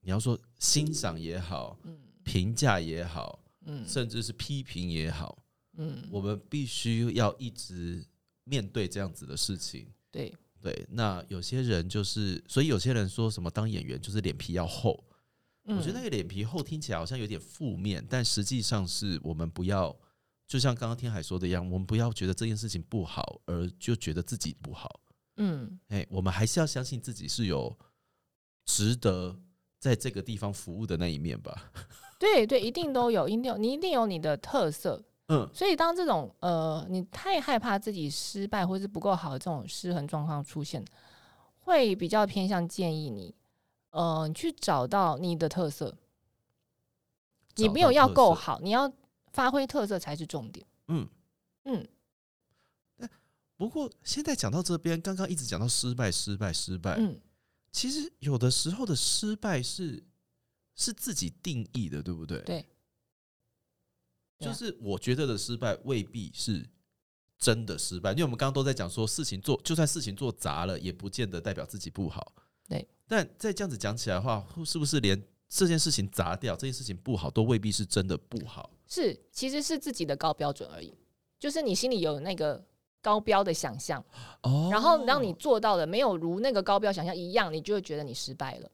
[SPEAKER 1] 你要说欣赏也好，
[SPEAKER 2] 嗯
[SPEAKER 1] 评价也好，
[SPEAKER 2] 嗯
[SPEAKER 1] 甚至是批评也好，
[SPEAKER 2] 嗯，
[SPEAKER 1] 我们必须要一直面对这样子的事情。
[SPEAKER 2] 对，
[SPEAKER 1] 对，那有些人就是，所以有些人说什么当演员就是脸皮要厚，我觉得那
[SPEAKER 2] 嗯
[SPEAKER 1] 个脸皮厚听起来好像有点负面，但实际上是我们不要，就像刚刚天海说的一样，我们不要觉得这件事情不好而就觉得自己不好。
[SPEAKER 2] 嗯
[SPEAKER 1] 哎、我们还是要相信自己是有值得在这个地方服务的那一面吧。
[SPEAKER 2] 对对，一定都有，一定有，你一定有你的特色。
[SPEAKER 1] 嗯，
[SPEAKER 2] 所以当这种呃，你太害怕自己失败或是不够好的这种失衡状况出现，会比较偏向建议你，呃，你去找到你的特色。 你
[SPEAKER 1] 找
[SPEAKER 2] 没有
[SPEAKER 1] 到
[SPEAKER 2] 要
[SPEAKER 1] 特
[SPEAKER 2] 够
[SPEAKER 1] 色，
[SPEAKER 2] 好，你要发挥特色才是重点。
[SPEAKER 1] 嗯
[SPEAKER 2] 嗯。
[SPEAKER 1] 不过现在讲到这边，刚刚一直讲到失败，失败，失败。
[SPEAKER 2] 嗯，
[SPEAKER 1] 其实有的时候的失败是是自己定义的，对不对？
[SPEAKER 2] 对啊对
[SPEAKER 1] 就
[SPEAKER 2] 啊
[SPEAKER 1] 是我觉得的失败未必是真的失败，因为我们刚刚都在讲说事情做，就算事情做砸了，也不见得代表自己不好。
[SPEAKER 2] 对，
[SPEAKER 1] 但再这样子讲起来的话，是不是连这件事情砸掉，这件事情不好，都未必是真的不好？
[SPEAKER 2] 是，其实是自己的高标准而已，就是你心里有那个高标的想象，
[SPEAKER 1] 哦
[SPEAKER 2] 然后让你做到的没有如那个高标想象一样，你就会觉得你失败了。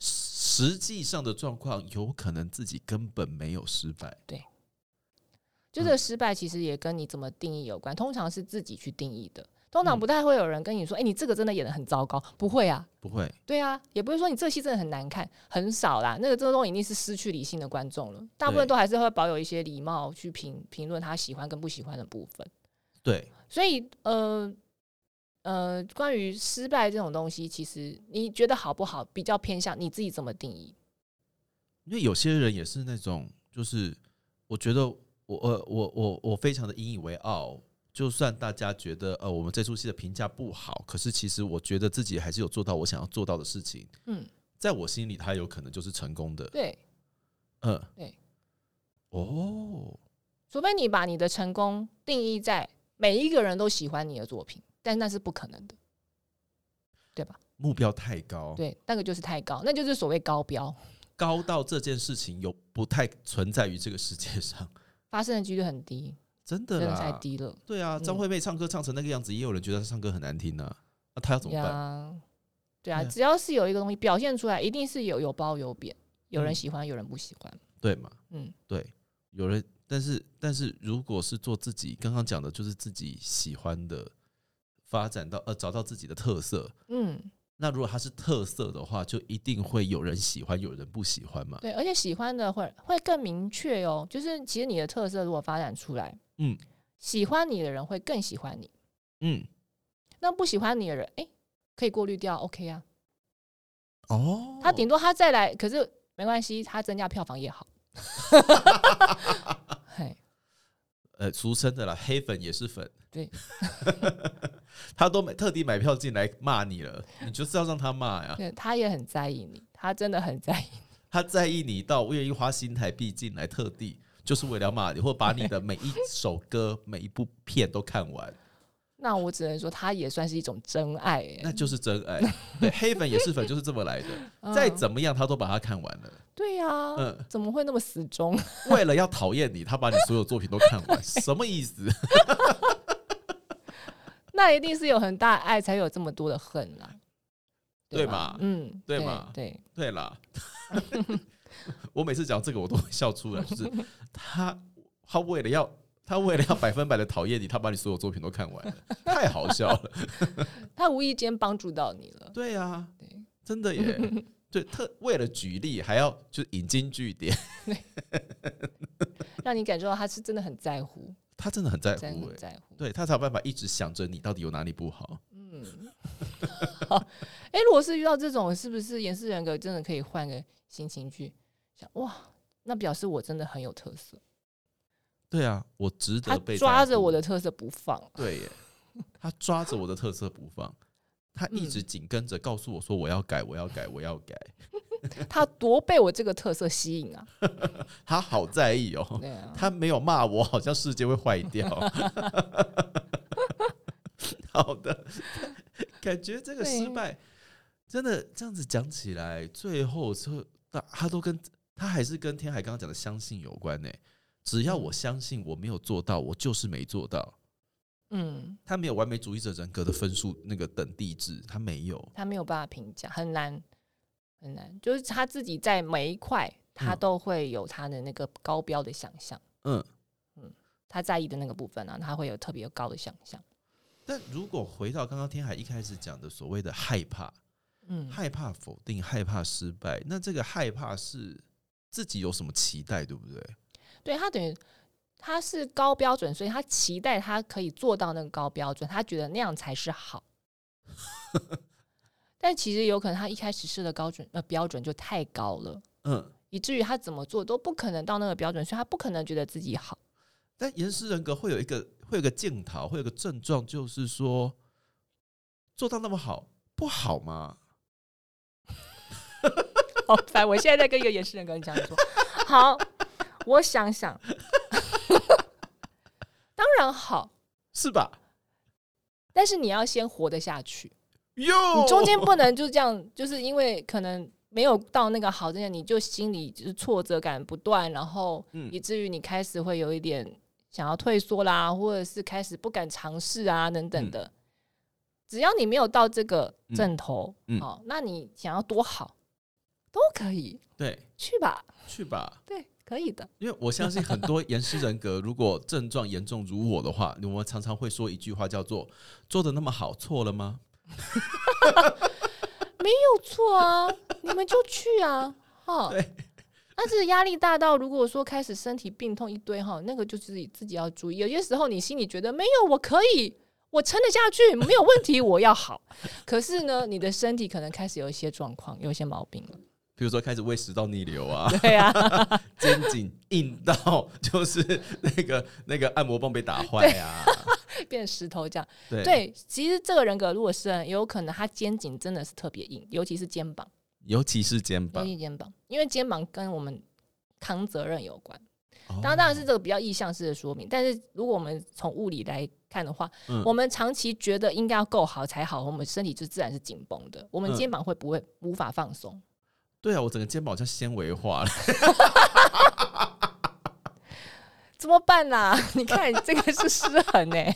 [SPEAKER 1] 实际上的状况，有可能自己根本没有失败。
[SPEAKER 2] 就这个失败其实也跟你怎么定义有关，通常是自己去定义的。通常不太会有人跟你说，哎、你这个真的演的很糟糕，不会啊，
[SPEAKER 1] 不会，
[SPEAKER 2] 对啊，也不是说你这戏真的很难看，很少啦。那个这个东西一定是失去理性的观众了，大部分
[SPEAKER 1] 对
[SPEAKER 2] 都还是会保有一些礼貌去评评论他喜欢跟不喜欢的部分。
[SPEAKER 1] 对，
[SPEAKER 2] 所以，呃呃，关于失败这种东西，其实你觉得好不好，比较偏向你自己怎么定义。
[SPEAKER 1] 因为有些人也是那种，就是我觉得我呃我我我非常的引以为傲。就算大家觉得呃我们这出戏的评价不好，可是其实我觉得自己还是有做到我想要做到的事情，
[SPEAKER 2] 嗯，
[SPEAKER 1] 在我心里他有可能就是成功的。
[SPEAKER 2] 对，
[SPEAKER 1] 嗯，
[SPEAKER 2] 对。
[SPEAKER 1] 哦，
[SPEAKER 2] 除非你把你的成功定义在每一个人都喜欢你的作品，但那是不可能的，对吧？
[SPEAKER 1] 目标太高，
[SPEAKER 2] 对，那个就是太高，那就是所谓高标，
[SPEAKER 1] 高到这件事情有不太存在于这个世界上，
[SPEAKER 2] 发生的几率很低，
[SPEAKER 1] 真的
[SPEAKER 2] 真的
[SPEAKER 1] 啦，
[SPEAKER 2] 太低了。
[SPEAKER 1] 对啊，
[SPEAKER 2] 嗯
[SPEAKER 1] 张惠妹唱歌唱成那个样子，也有人觉得她唱歌很难听呢、啊。那、她要怎么办？
[SPEAKER 2] 呀，对啊，
[SPEAKER 1] 对啊
[SPEAKER 2] 只要是有一个东西表现出来，一定是有有褒有贬，有人
[SPEAKER 1] 嗯
[SPEAKER 2] 喜欢，有人不喜欢。
[SPEAKER 1] 对嘛？
[SPEAKER 2] 嗯，
[SPEAKER 1] 对，有人，但是但是如果是做自己，刚刚讲的就是自己喜欢的，发展到呃找到自己的特色。
[SPEAKER 2] 嗯，
[SPEAKER 1] 那如果它是特色的话，就一定会有人喜欢，有人不喜欢嘛。
[SPEAKER 2] 对，而且喜欢的会会更明确哦。就是其实你的特色如果发展出来，
[SPEAKER 1] 嗯
[SPEAKER 2] 喜欢你的人会更喜欢你，
[SPEAKER 1] 嗯，
[SPEAKER 2] 那不喜欢你的人，哎、可以过滤掉，OK 啊。
[SPEAKER 1] 哦，
[SPEAKER 2] 他顶多他再来，可是没关系，他增加票房 也好。嘿，
[SPEAKER 1] 呃俗称的啦，黑粉也是粉。
[SPEAKER 2] 对，
[SPEAKER 1] 他都买特地买票进来骂你了，你就是要让他骂呀。
[SPEAKER 2] 对，他也很在意你，他真的很在意你。
[SPEAKER 1] 他在意你到愿意花新台币进来，特地就是为了要骂你，或把你的每一首歌、每一部片都看完，
[SPEAKER 2] 那我只能说，他也算是一种真爱、欸。
[SPEAKER 1] 那就是真爱。 对，黑粉也是粉，就是这么来的。再
[SPEAKER 2] 嗯
[SPEAKER 1] 怎么样，他都把它看完了。
[SPEAKER 2] 对呀、
[SPEAKER 1] 嗯
[SPEAKER 2] 怎么会那么死忠？
[SPEAKER 1] 为了要讨厌你，他把你所有作品都看完，什么意思？
[SPEAKER 2] 那一定是有很大的爱，才有这么多的恨啦，
[SPEAKER 1] 对
[SPEAKER 2] 吧
[SPEAKER 1] 嘛？
[SPEAKER 2] 嗯，
[SPEAKER 1] 对嘛
[SPEAKER 2] 对，
[SPEAKER 1] 对啦， 我每次讲这个我都会笑出来，就是他他为了要他为了要百分百的讨厌你，他把你所有作品都看完了，太好笑了。
[SPEAKER 2] 他无意间帮助到你了。
[SPEAKER 1] 对啊，
[SPEAKER 2] 对
[SPEAKER 1] 真的耶。对，特为了举例还要就是引经据典，
[SPEAKER 2] 让你感受到他是真的很在乎，
[SPEAKER 1] 他真的很在
[SPEAKER 2] 真的
[SPEAKER 1] 乎
[SPEAKER 2] 很
[SPEAKER 1] 哎，
[SPEAKER 2] 在乎。
[SPEAKER 1] 对他才有办法一直想着你到底有哪里不好。
[SPEAKER 2] 嗯，好，哎、如果是遇到这种，是不是严氏人格真的可以换个心情去想？哇，那表示我真的很有特色，
[SPEAKER 1] 对啊，我值
[SPEAKER 2] 他
[SPEAKER 1] 得被
[SPEAKER 2] 抓
[SPEAKER 1] 在
[SPEAKER 2] 着
[SPEAKER 1] 乎
[SPEAKER 2] 我的，特色不放。
[SPEAKER 1] 对耶，他抓着我的特色不放，他一
[SPEAKER 2] 嗯
[SPEAKER 1] 直紧跟着告诉我说我要改，我要改，我要改，
[SPEAKER 2] 他多被我这个特色吸引啊！
[SPEAKER 1] 他好在意哦。
[SPEAKER 2] 对啊，
[SPEAKER 1] 他没有骂我，好像世界会坏掉。 好的，感觉这个失败真的这样子讲起来，最后就他他都跟他还是跟天海刚刚讲的相信有关呢、只要我相信我没有做到，我就是没做到。
[SPEAKER 2] 嗯，
[SPEAKER 1] 他没有完美主义者人格的分数那个等地制，他没有。
[SPEAKER 2] 他没有办法评价，很难很难，就是他自己在每一块，他都会有他的那个高标的想象，
[SPEAKER 1] 嗯，
[SPEAKER 2] 他在意的那个部分啊，他会有特别高的想象。
[SPEAKER 1] 但如果回到刚刚天海一开始讲的所谓的害怕，
[SPEAKER 2] 嗯，
[SPEAKER 1] 害怕否定，害怕失败，那这个害怕是自己有什么期待，对不对？
[SPEAKER 2] 对他等于他是高标准，所以他期待他可以做到那个高标准，他觉得那样才是好。但其实有可能他一开始设的高准呃标准就太高了，
[SPEAKER 1] 嗯，
[SPEAKER 2] 以至于他怎么做都不可能到那个标准，所以他不可能觉得自己好。
[SPEAKER 1] 但严师人格会有一个会有个镜头，会有个症状，就是说做到那么好不好吗？
[SPEAKER 2] 好烦！我现在在跟一个演示人跟你讲说， 好，我想想， 当然好，
[SPEAKER 1] 是吧？
[SPEAKER 2] 但是你要先活得下去，
[SPEAKER 1] 哟，
[SPEAKER 2] 你中间不能就这样，就是因为可能没有到那个好之前，你就心里就是挫折感不断，然后
[SPEAKER 1] 嗯
[SPEAKER 2] 以至于你开始会有一点想要退缩啦，或者是开始不敢尝试啊等等的。只要你没有到这个阵头，
[SPEAKER 1] 嗯嗯嗯
[SPEAKER 2] 哦，那你想要多好都可以，
[SPEAKER 1] 对，
[SPEAKER 2] 去吧，
[SPEAKER 1] 去吧，
[SPEAKER 2] 对，可以的。
[SPEAKER 1] 因为我相信很多严师人格，如果症状严重如我的话，我们常常会说一句话叫做“做的那么好，错了吗
[SPEAKER 2] 不错啊，你们就去啊，哈。
[SPEAKER 1] 对。
[SPEAKER 2] 但是压力大到，如果说开始身体病痛一堆哈，那个就自己自己要注意。有些时候你心里觉得没有，我可以，我撑得下去，没有问题，我要好。可是呢，你的身体可能开始有一些状况，有一些毛病了。”？
[SPEAKER 1] 比如说开始胃食道逆流啊，
[SPEAKER 2] 对啊，
[SPEAKER 1] 肩颈硬到就是那个那个按摩棒被打坏啊，
[SPEAKER 2] 变石头这样。
[SPEAKER 1] 对
[SPEAKER 2] 对，其实这个人格如果是人有可能他肩颈真的是特别硬，尤其是肩膀，
[SPEAKER 1] 尤其是肩
[SPEAKER 2] 尤
[SPEAKER 1] 膀，
[SPEAKER 2] 其肩膀，因为肩膀跟我们扛责任有关。
[SPEAKER 1] 哦
[SPEAKER 2] 当然，当然是这个比较意向式的说明。但是如果我们从物理来看的话，
[SPEAKER 1] 嗯
[SPEAKER 2] 我们长期觉得应该要够好才好，我们身体就自然是紧绷的，我们
[SPEAKER 1] 嗯
[SPEAKER 2] 肩膀会不会无法放松？
[SPEAKER 1] 对啊，我整个肩膀像纤维化了。
[SPEAKER 2] 怎么办啦、 你看这个是失衡欸呢、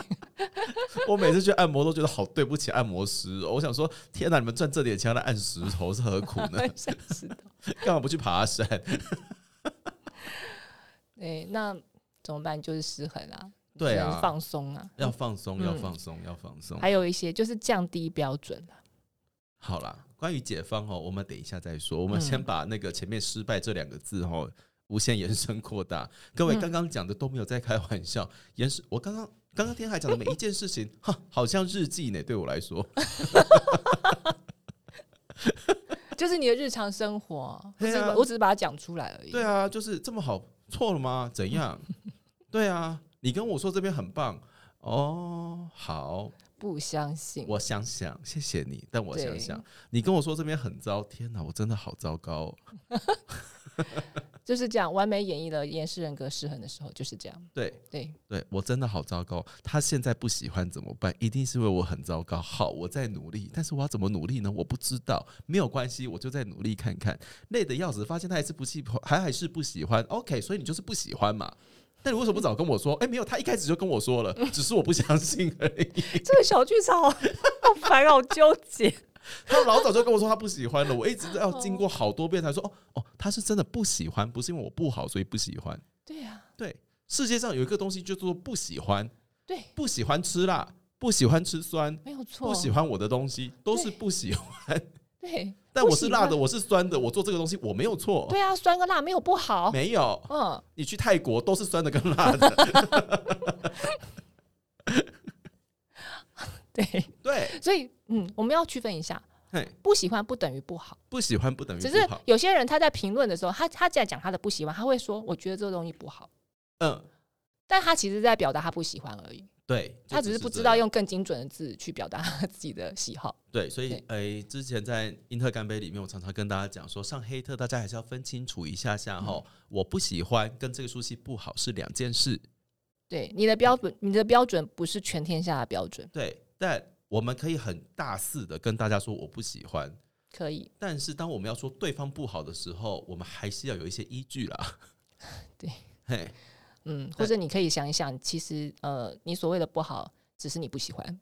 [SPEAKER 1] 我每次去按摩都觉得好对不起按摩师哦、我想说，天哪，你们赚这点钱还来按石头是何苦呢？
[SPEAKER 2] 真是的。
[SPEAKER 1] 干嘛不去爬山？
[SPEAKER 2] 对，哎那怎么办？就是失衡啊，
[SPEAKER 1] 对
[SPEAKER 2] 只能
[SPEAKER 1] 啊，嗯
[SPEAKER 2] 放松啊，
[SPEAKER 1] 要放松，
[SPEAKER 2] 嗯
[SPEAKER 1] 要放松，要放松。
[SPEAKER 2] 还有一些就是降低标准啊
[SPEAKER 1] 好啦，关于解放哦，我们等一下再说。我们
[SPEAKER 2] 嗯
[SPEAKER 1] 先把那个前面失败这两个字哦，无限延伸扩大。各位
[SPEAKER 2] 嗯
[SPEAKER 1] 刚刚讲的都没有在开玩笑，延伸我刚刚刚刚天海讲的每一件事情， 哈，好像日记呢，对我来说，
[SPEAKER 2] 哎就是你的日常生活，我
[SPEAKER 1] 对
[SPEAKER 2] 只
[SPEAKER 1] 啊
[SPEAKER 2] 是把我只是把它讲出来而已。
[SPEAKER 1] 对啊，就是这么好，错了吗？怎 样？对啊，你跟我说这边很棒哦，好，
[SPEAKER 2] 不相信，
[SPEAKER 1] 我想想，谢谢你，但我想
[SPEAKER 2] 对
[SPEAKER 1] 想，你跟我说这边很糟，天哪，我真的好糟糕哦。
[SPEAKER 2] 就是这样，完美演绎了严氏人格失衡的时候就是这样。
[SPEAKER 1] 对，
[SPEAKER 2] 对，
[SPEAKER 1] 对我真的好糟糕。他现在不喜欢怎么办？一定是因为我很糟糕。好，我在努力，但是我要怎么努力呢？我不知道，没有关系，我就再努力看看。累得要死，发现他还是不喜欢，还还是不喜欢。OK，所以你就是不喜欢嘛。但你为什么不早跟我说？哎、没有，他一开始就跟我说了，只是我不相信而已。
[SPEAKER 2] 哎这个小剧场好好烦，好纠 结。
[SPEAKER 1] 他老早就跟我说他不喜欢了，我一直要经过好多遍才说，哦哦，他是真的不喜欢，不是因为我不好所以不喜欢。
[SPEAKER 2] 对啊，
[SPEAKER 1] 对，世界上有一个东西叫做不喜欢，
[SPEAKER 2] 对，
[SPEAKER 1] 不喜欢吃辣，不喜欢吃酸，
[SPEAKER 2] 没有错，
[SPEAKER 1] 不喜欢我的东西都是
[SPEAKER 2] 对
[SPEAKER 1] 不喜欢，
[SPEAKER 2] 对，
[SPEAKER 1] 但我是辣的，
[SPEAKER 2] 不喜欢，啊
[SPEAKER 1] 我是酸的，我做这个东西我没有错，
[SPEAKER 2] 对啊，酸跟辣没有不好。
[SPEAKER 1] 没有。
[SPEAKER 2] 嗯，
[SPEAKER 1] 你去泰国都是酸的跟辣 的，
[SPEAKER 2] 对，
[SPEAKER 1] 对，
[SPEAKER 2] 所以嗯，我们要区分一下，
[SPEAKER 1] 嘿，
[SPEAKER 2] 不喜欢不等于不好，
[SPEAKER 1] 不喜欢嗯不等于
[SPEAKER 2] 只是
[SPEAKER 1] 不好。
[SPEAKER 2] 有些人他在评论的时候，他他在讲他的不喜欢，他会说我觉得这个东西不好，
[SPEAKER 1] 嗯，
[SPEAKER 2] 但他其实在表达他不喜欢而已，
[SPEAKER 1] 对，
[SPEAKER 2] 他
[SPEAKER 1] 就
[SPEAKER 2] 只是不
[SPEAKER 1] 这
[SPEAKER 2] 知道
[SPEAKER 1] 样
[SPEAKER 2] 用更精准的字去表达他自己的喜好。
[SPEAKER 1] 对，所以
[SPEAKER 2] 对
[SPEAKER 1] 诶、之前在英特干杯里面，我常常跟大家讲说，上黑特大家还是要分清楚一下下哈、
[SPEAKER 2] 嗯
[SPEAKER 1] 我不喜欢跟这个书系不好是两件事，
[SPEAKER 2] 对，你的标准，你的标准不是全天下的标准，
[SPEAKER 1] 对，但我们可以很大肆的跟大家说我不喜欢，
[SPEAKER 2] 可以。
[SPEAKER 1] 但是当我们要说对方不好的时候，我们还是要有一些依据啦。
[SPEAKER 2] 对，
[SPEAKER 1] 嘿，
[SPEAKER 2] 嗯，
[SPEAKER 1] 对
[SPEAKER 2] 或者你可以想一想，其实呃，你所谓的不好，只是你不喜欢。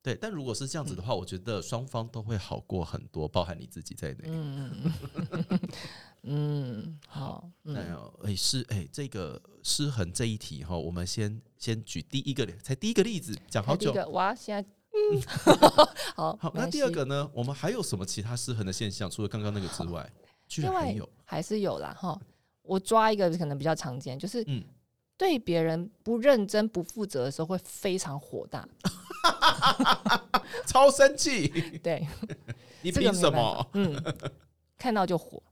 [SPEAKER 1] 对，但如果是这样子的话，我觉得双方都会好过很多，包含你自己在内。
[SPEAKER 2] 嗯嗯嗯嗯，好，
[SPEAKER 1] 哎
[SPEAKER 2] 嗯，
[SPEAKER 1] 呦，哎是哎，这个失衡这一题哈，我们先先举第一个，才第一个例子，讲好
[SPEAKER 2] 好，第一
[SPEAKER 1] 久。
[SPEAKER 2] 个哇，现在嗯， 好，
[SPEAKER 1] 好，那
[SPEAKER 2] 没关
[SPEAKER 1] 第二
[SPEAKER 2] 系
[SPEAKER 1] 个呢？我们还有什么其他失衡的现象？除了刚刚那个之 外，居然
[SPEAKER 2] 另
[SPEAKER 1] 还
[SPEAKER 2] 外
[SPEAKER 1] 有，
[SPEAKER 2] 还是有啦哈。我抓一个可能比较常见，就是
[SPEAKER 1] 嗯，
[SPEAKER 2] 对别人不认真、不负责的时候会非常火大。
[SPEAKER 1] 超生气，
[SPEAKER 2] 对，
[SPEAKER 1] 你
[SPEAKER 2] 这个
[SPEAKER 1] 凭
[SPEAKER 2] 没
[SPEAKER 1] 什
[SPEAKER 2] 办法
[SPEAKER 1] 么？
[SPEAKER 2] 嗯，看到就火，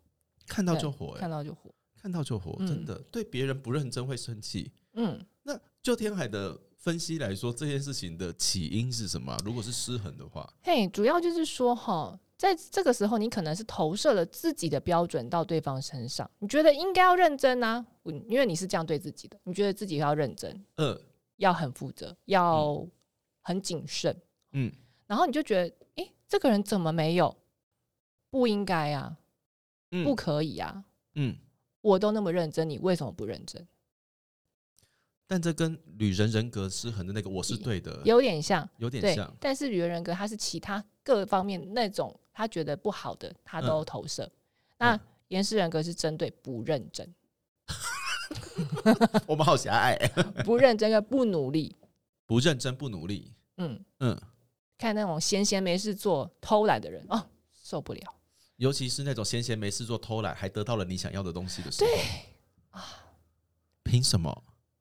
[SPEAKER 1] 看到
[SPEAKER 2] 对
[SPEAKER 1] 就火，哎
[SPEAKER 2] 看到嗯就火。
[SPEAKER 1] 看到就火，真的对别人不认真会生气。
[SPEAKER 2] 嗯，
[SPEAKER 1] 那就天海的分析来说，这件事情的起因是什么啊？如果是失衡的话，
[SPEAKER 2] 嘿，主要就是说哈，在这个时候，你可能是投射了自己的标准到对方身上，你觉得应该要认真啊，我因为你是这样对自己的，你觉得自己要认真，
[SPEAKER 1] 嗯
[SPEAKER 2] 要很负责，要很谨慎，
[SPEAKER 1] 嗯，
[SPEAKER 2] 然后你就觉得，诶，这个人怎么没有？不应该啊，
[SPEAKER 1] 嗯
[SPEAKER 2] 不可以啊，
[SPEAKER 1] 嗯，
[SPEAKER 2] 我都那么认真，你为什么不认真？
[SPEAKER 1] 但这跟女人人格失衡的那个我是对的，
[SPEAKER 2] 有点像，
[SPEAKER 1] 有点
[SPEAKER 2] 对
[SPEAKER 1] 像，，
[SPEAKER 2] 但是女人格她是其他各方面那种她觉得不好的，她都投射。那
[SPEAKER 1] 嗯
[SPEAKER 2] 严氏人格是针对不认真，
[SPEAKER 1] 我们好狭隘，啊
[SPEAKER 2] 不认真跟不努力，
[SPEAKER 1] 不认真不努力，
[SPEAKER 2] 嗯，
[SPEAKER 1] 嗯，
[SPEAKER 2] 看那种闲闲没事做、偷懒的人哦，受不了
[SPEAKER 1] 尤其是那种闲闲没事做、偷懒，还得到了你想要的东西的时候，
[SPEAKER 2] 啊！
[SPEAKER 1] 凭什么？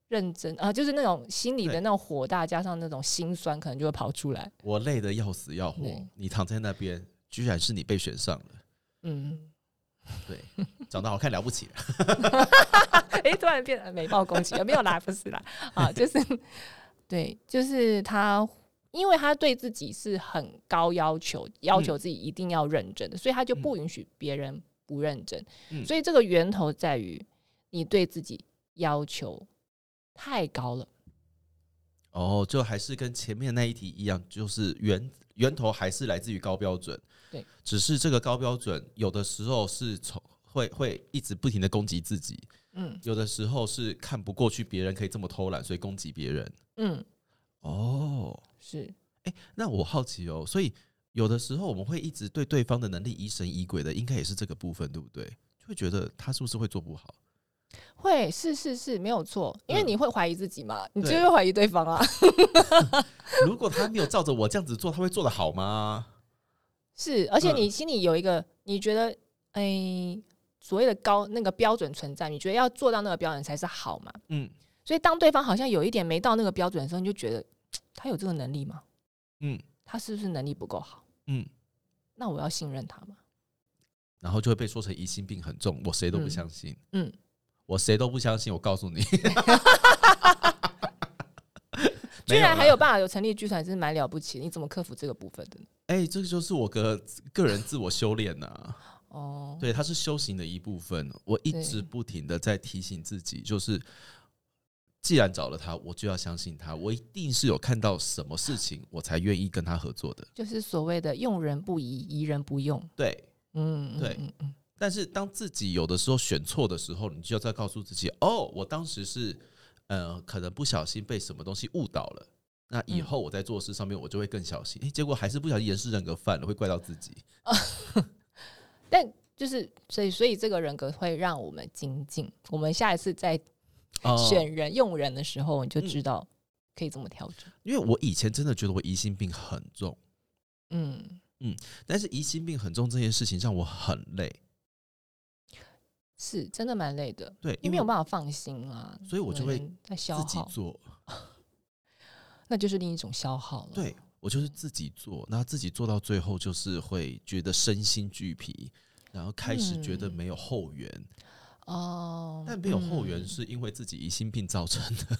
[SPEAKER 2] 认真啊，就是那种心里的
[SPEAKER 1] 对
[SPEAKER 2] 那种火大，加上那种心酸，可能就会跑出来。
[SPEAKER 1] 我累得要死要活
[SPEAKER 2] 对，
[SPEAKER 1] 你躺在那边，居然是你被选上了，
[SPEAKER 2] 嗯，
[SPEAKER 1] 对，长得好看了不起，
[SPEAKER 2] 诶，哎突然变得美貌攻击，呃没有啦，不是啦，啊，就是对，就是他，因为他对自己是很高要求，要
[SPEAKER 1] 嗯
[SPEAKER 2] 求自己一定要认真的，所以他就不允许别人不认真。
[SPEAKER 1] 嗯
[SPEAKER 2] 所以这个源头在于你对自己要求太高了。
[SPEAKER 1] 哦，就还是跟前面那一题一样，就是源源头还是来自于高标准，
[SPEAKER 2] 对，
[SPEAKER 1] 只是这个高标准有的时候是从会会一直不停的攻击自己，
[SPEAKER 2] 嗯
[SPEAKER 1] 有的时候是看不过去别人可以这么偷懒，所以攻击别人。
[SPEAKER 2] 嗯，
[SPEAKER 1] 哦，
[SPEAKER 2] 是
[SPEAKER 1] 那我好奇哦，所以有的时候我们会一直对对方的能力疑神疑鬼的，应该也是这个部分，对不对？就会觉得他是不是会做不好？
[SPEAKER 2] 会是是是没有错，因为
[SPEAKER 1] 嗯
[SPEAKER 2] 你会怀疑自己嘛，你就
[SPEAKER 1] 对
[SPEAKER 2] 会怀疑对方啊。
[SPEAKER 1] 如果他没有照着我这样子做，他会做得好吗？
[SPEAKER 2] 是，而且
[SPEAKER 1] 嗯
[SPEAKER 2] 你心里有一个，你觉得，哎、所谓的高那个标准存在，你觉得要做到那个标准才是好嘛？
[SPEAKER 1] 嗯
[SPEAKER 2] 所以当对方好像有一点没到那个标准的时候，你就觉得他有这个能力吗？
[SPEAKER 1] 嗯
[SPEAKER 2] 他是不是能力不够好？
[SPEAKER 1] 嗯，
[SPEAKER 2] 那我要信任他吗？
[SPEAKER 1] 然后就会被说成疑心病很重，我谁都不相信。
[SPEAKER 2] 嗯，
[SPEAKER 1] 我谁都不相信，我告诉你，
[SPEAKER 2] 居
[SPEAKER 1] 没有啦
[SPEAKER 2] 然还有办法有成立剧团，真是蛮了不起的。你怎么克服这个部分的呢？
[SPEAKER 1] 哎、这个就是我个个人自我修炼呐、
[SPEAKER 2] 哦，
[SPEAKER 1] 对，它是修行的一部分。我一直
[SPEAKER 2] 对
[SPEAKER 1] 不停的在提醒自己，就是既然找了他，我就要相信他，我一定是有看到什么事情，我才愿意跟他合作的。
[SPEAKER 2] 就是所谓的用人不疑，疑人不用。
[SPEAKER 1] 对，
[SPEAKER 2] 嗯，嗯
[SPEAKER 1] 对
[SPEAKER 2] 嗯嗯，
[SPEAKER 1] 但是当自己有的时候选错的时候，你就要再告诉自己，哦，我当时是呃，可能不小心被什么东西误导了。那以
[SPEAKER 2] 嗯
[SPEAKER 1] 后我在做事上面，我就会更小心。诶，结果还是不小心严师人格犯了，会怪到自己。
[SPEAKER 2] 但就是所以，所以这个人格会让我们精进。我们下一次再
[SPEAKER 1] 哦
[SPEAKER 2] 选人用人的时候，你就
[SPEAKER 1] 嗯
[SPEAKER 2] 知道可以怎么调整。
[SPEAKER 1] 因为我以前真的觉得我疑心病很重，
[SPEAKER 2] 嗯，
[SPEAKER 1] 但是疑心病很重这件事情让我很累。
[SPEAKER 2] 是真的蛮累的，
[SPEAKER 1] 对，
[SPEAKER 2] 你
[SPEAKER 1] 因
[SPEAKER 2] 没
[SPEAKER 1] 为
[SPEAKER 2] 有办法放心啊，
[SPEAKER 1] 所以我就会
[SPEAKER 2] 人在消
[SPEAKER 1] 自己
[SPEAKER 2] 耗，嗯
[SPEAKER 1] 做，
[SPEAKER 2] 那就是另一种消耗了。
[SPEAKER 1] 对我就是自己做，那自己做到最后就是会觉得身心俱疲，然后开始觉得
[SPEAKER 2] 嗯
[SPEAKER 1] 没有后援。
[SPEAKER 2] 哦，
[SPEAKER 1] 但没有后援
[SPEAKER 2] 嗯
[SPEAKER 1] 是因为自己疑心病造成的。